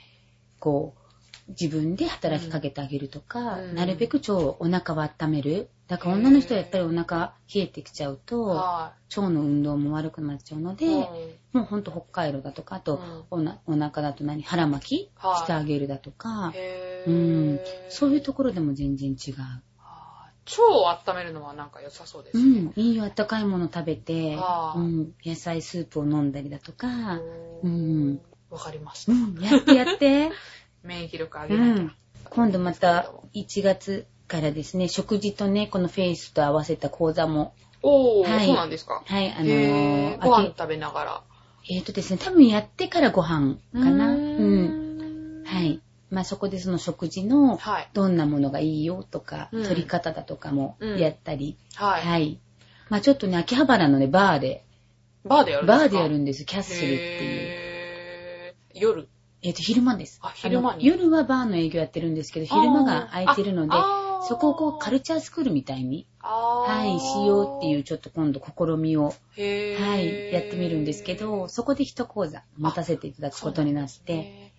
S2: こう、自分で働きかけてあげるとか、
S1: うん
S2: なるべく腸をお腹を温める。だから
S1: へー
S2: 女の人はやっぱりお腹冷えてきちゃうと、腸
S1: は
S2: の運動も悪くなっちゃうので、
S1: い。うん
S2: もうほんと北海道だとか、あと、おなお腹だと何、腹巻き
S1: はい
S2: してあげるだとか、
S1: へ
S2: う
S1: ー
S2: んそういうところでも全然違う。
S1: あー腸を温めるのはなんか良さそうで
S2: う
S1: すね。
S2: ん、いいよ、あったかいもの食べて、
S1: はあ
S2: うん、野菜スープを飲んだりだとか、うん
S1: わかりました。
S2: うん、やってや って。
S1: 免疫力上
S2: う
S1: げなきゃ
S2: ん。今度また1月からですね、食事とね、このフェイスと合わせた講座も、
S1: おー、
S2: はい
S1: そうなんですか。
S2: はい、あの
S1: へーご
S2: あ
S1: 飯
S2: け
S1: 食べながら。
S2: えっ、とですね、多分やってからご飯か
S1: う
S2: な。うん。
S1: ん
S2: は。い。まあそこでその食事の、
S1: はい。
S2: どんなものがいいよとか、
S1: うん
S2: 取り方だとかも
S1: うん
S2: やったり、
S1: はい。
S2: はい。まあちょっとね、秋葉原のね、バーで、
S1: バーでやるんですか
S2: バーでやるんです、キャッスルっていう。
S1: へー夜。
S2: えっ、と、昼間です。
S1: あ昼間に
S2: あの夜はバーの営業やってるんですけど、昼間が空いてるので、
S1: あー
S2: そこをこうカルチャースクールみたいに、
S1: は
S2: はい、しようっていうちょっと今度試みを、
S1: へー
S2: はい、やってみるんですけど、そこで一講座持たせていただくことになっ
S1: そうなんです
S2: て、
S1: ね。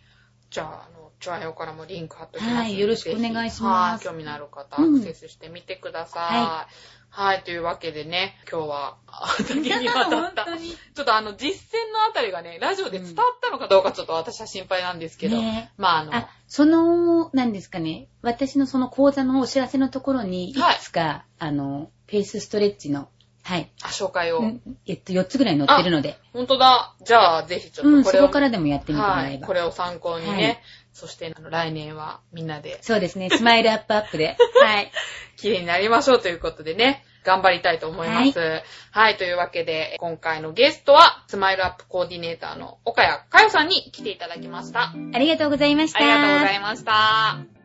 S1: じゃあ、あの、チョアヘオからもリンク貼っときますので。
S2: はいよろしくお願いします
S1: ぜひはい興味のある方、ア
S2: うん
S1: クセスしてみてください。
S2: は
S1: はい、というわけでね、今日は、あだけにわたっ た。
S2: に。
S1: ちょっとあの、実践のあたりがね、ラジオで伝わったのかどうかちょっと私は心配なんですけど、
S2: ね
S1: まああの、
S2: あ、その、なんですかね、私のその講座のお知らせのところに、いく
S1: はい
S2: つか、あの、フェイスストレッチの、はい、
S1: あ紹介を。
S2: うんえっと、4つぐらい載ってるので、
S1: 本当だ。じゃあ、ぜひちょっと
S2: うん、
S1: こ
S2: そ
S1: れを、
S2: こからでもやってみても
S1: は
S2: らえ
S1: い、
S2: ば。
S1: これを参考にね、
S2: はい
S1: そしてあの来年はみんなで
S2: そうですね、スマイルアップアップで、はい。
S1: 綺麗になりましょうということでね、頑張りたいと思います。はい、というわけで、今回のゲストは、スマイルアップコーディネーターの岡谷佳代さんに来ていただきました。
S2: ありがとうございました。
S1: ありがとうございました。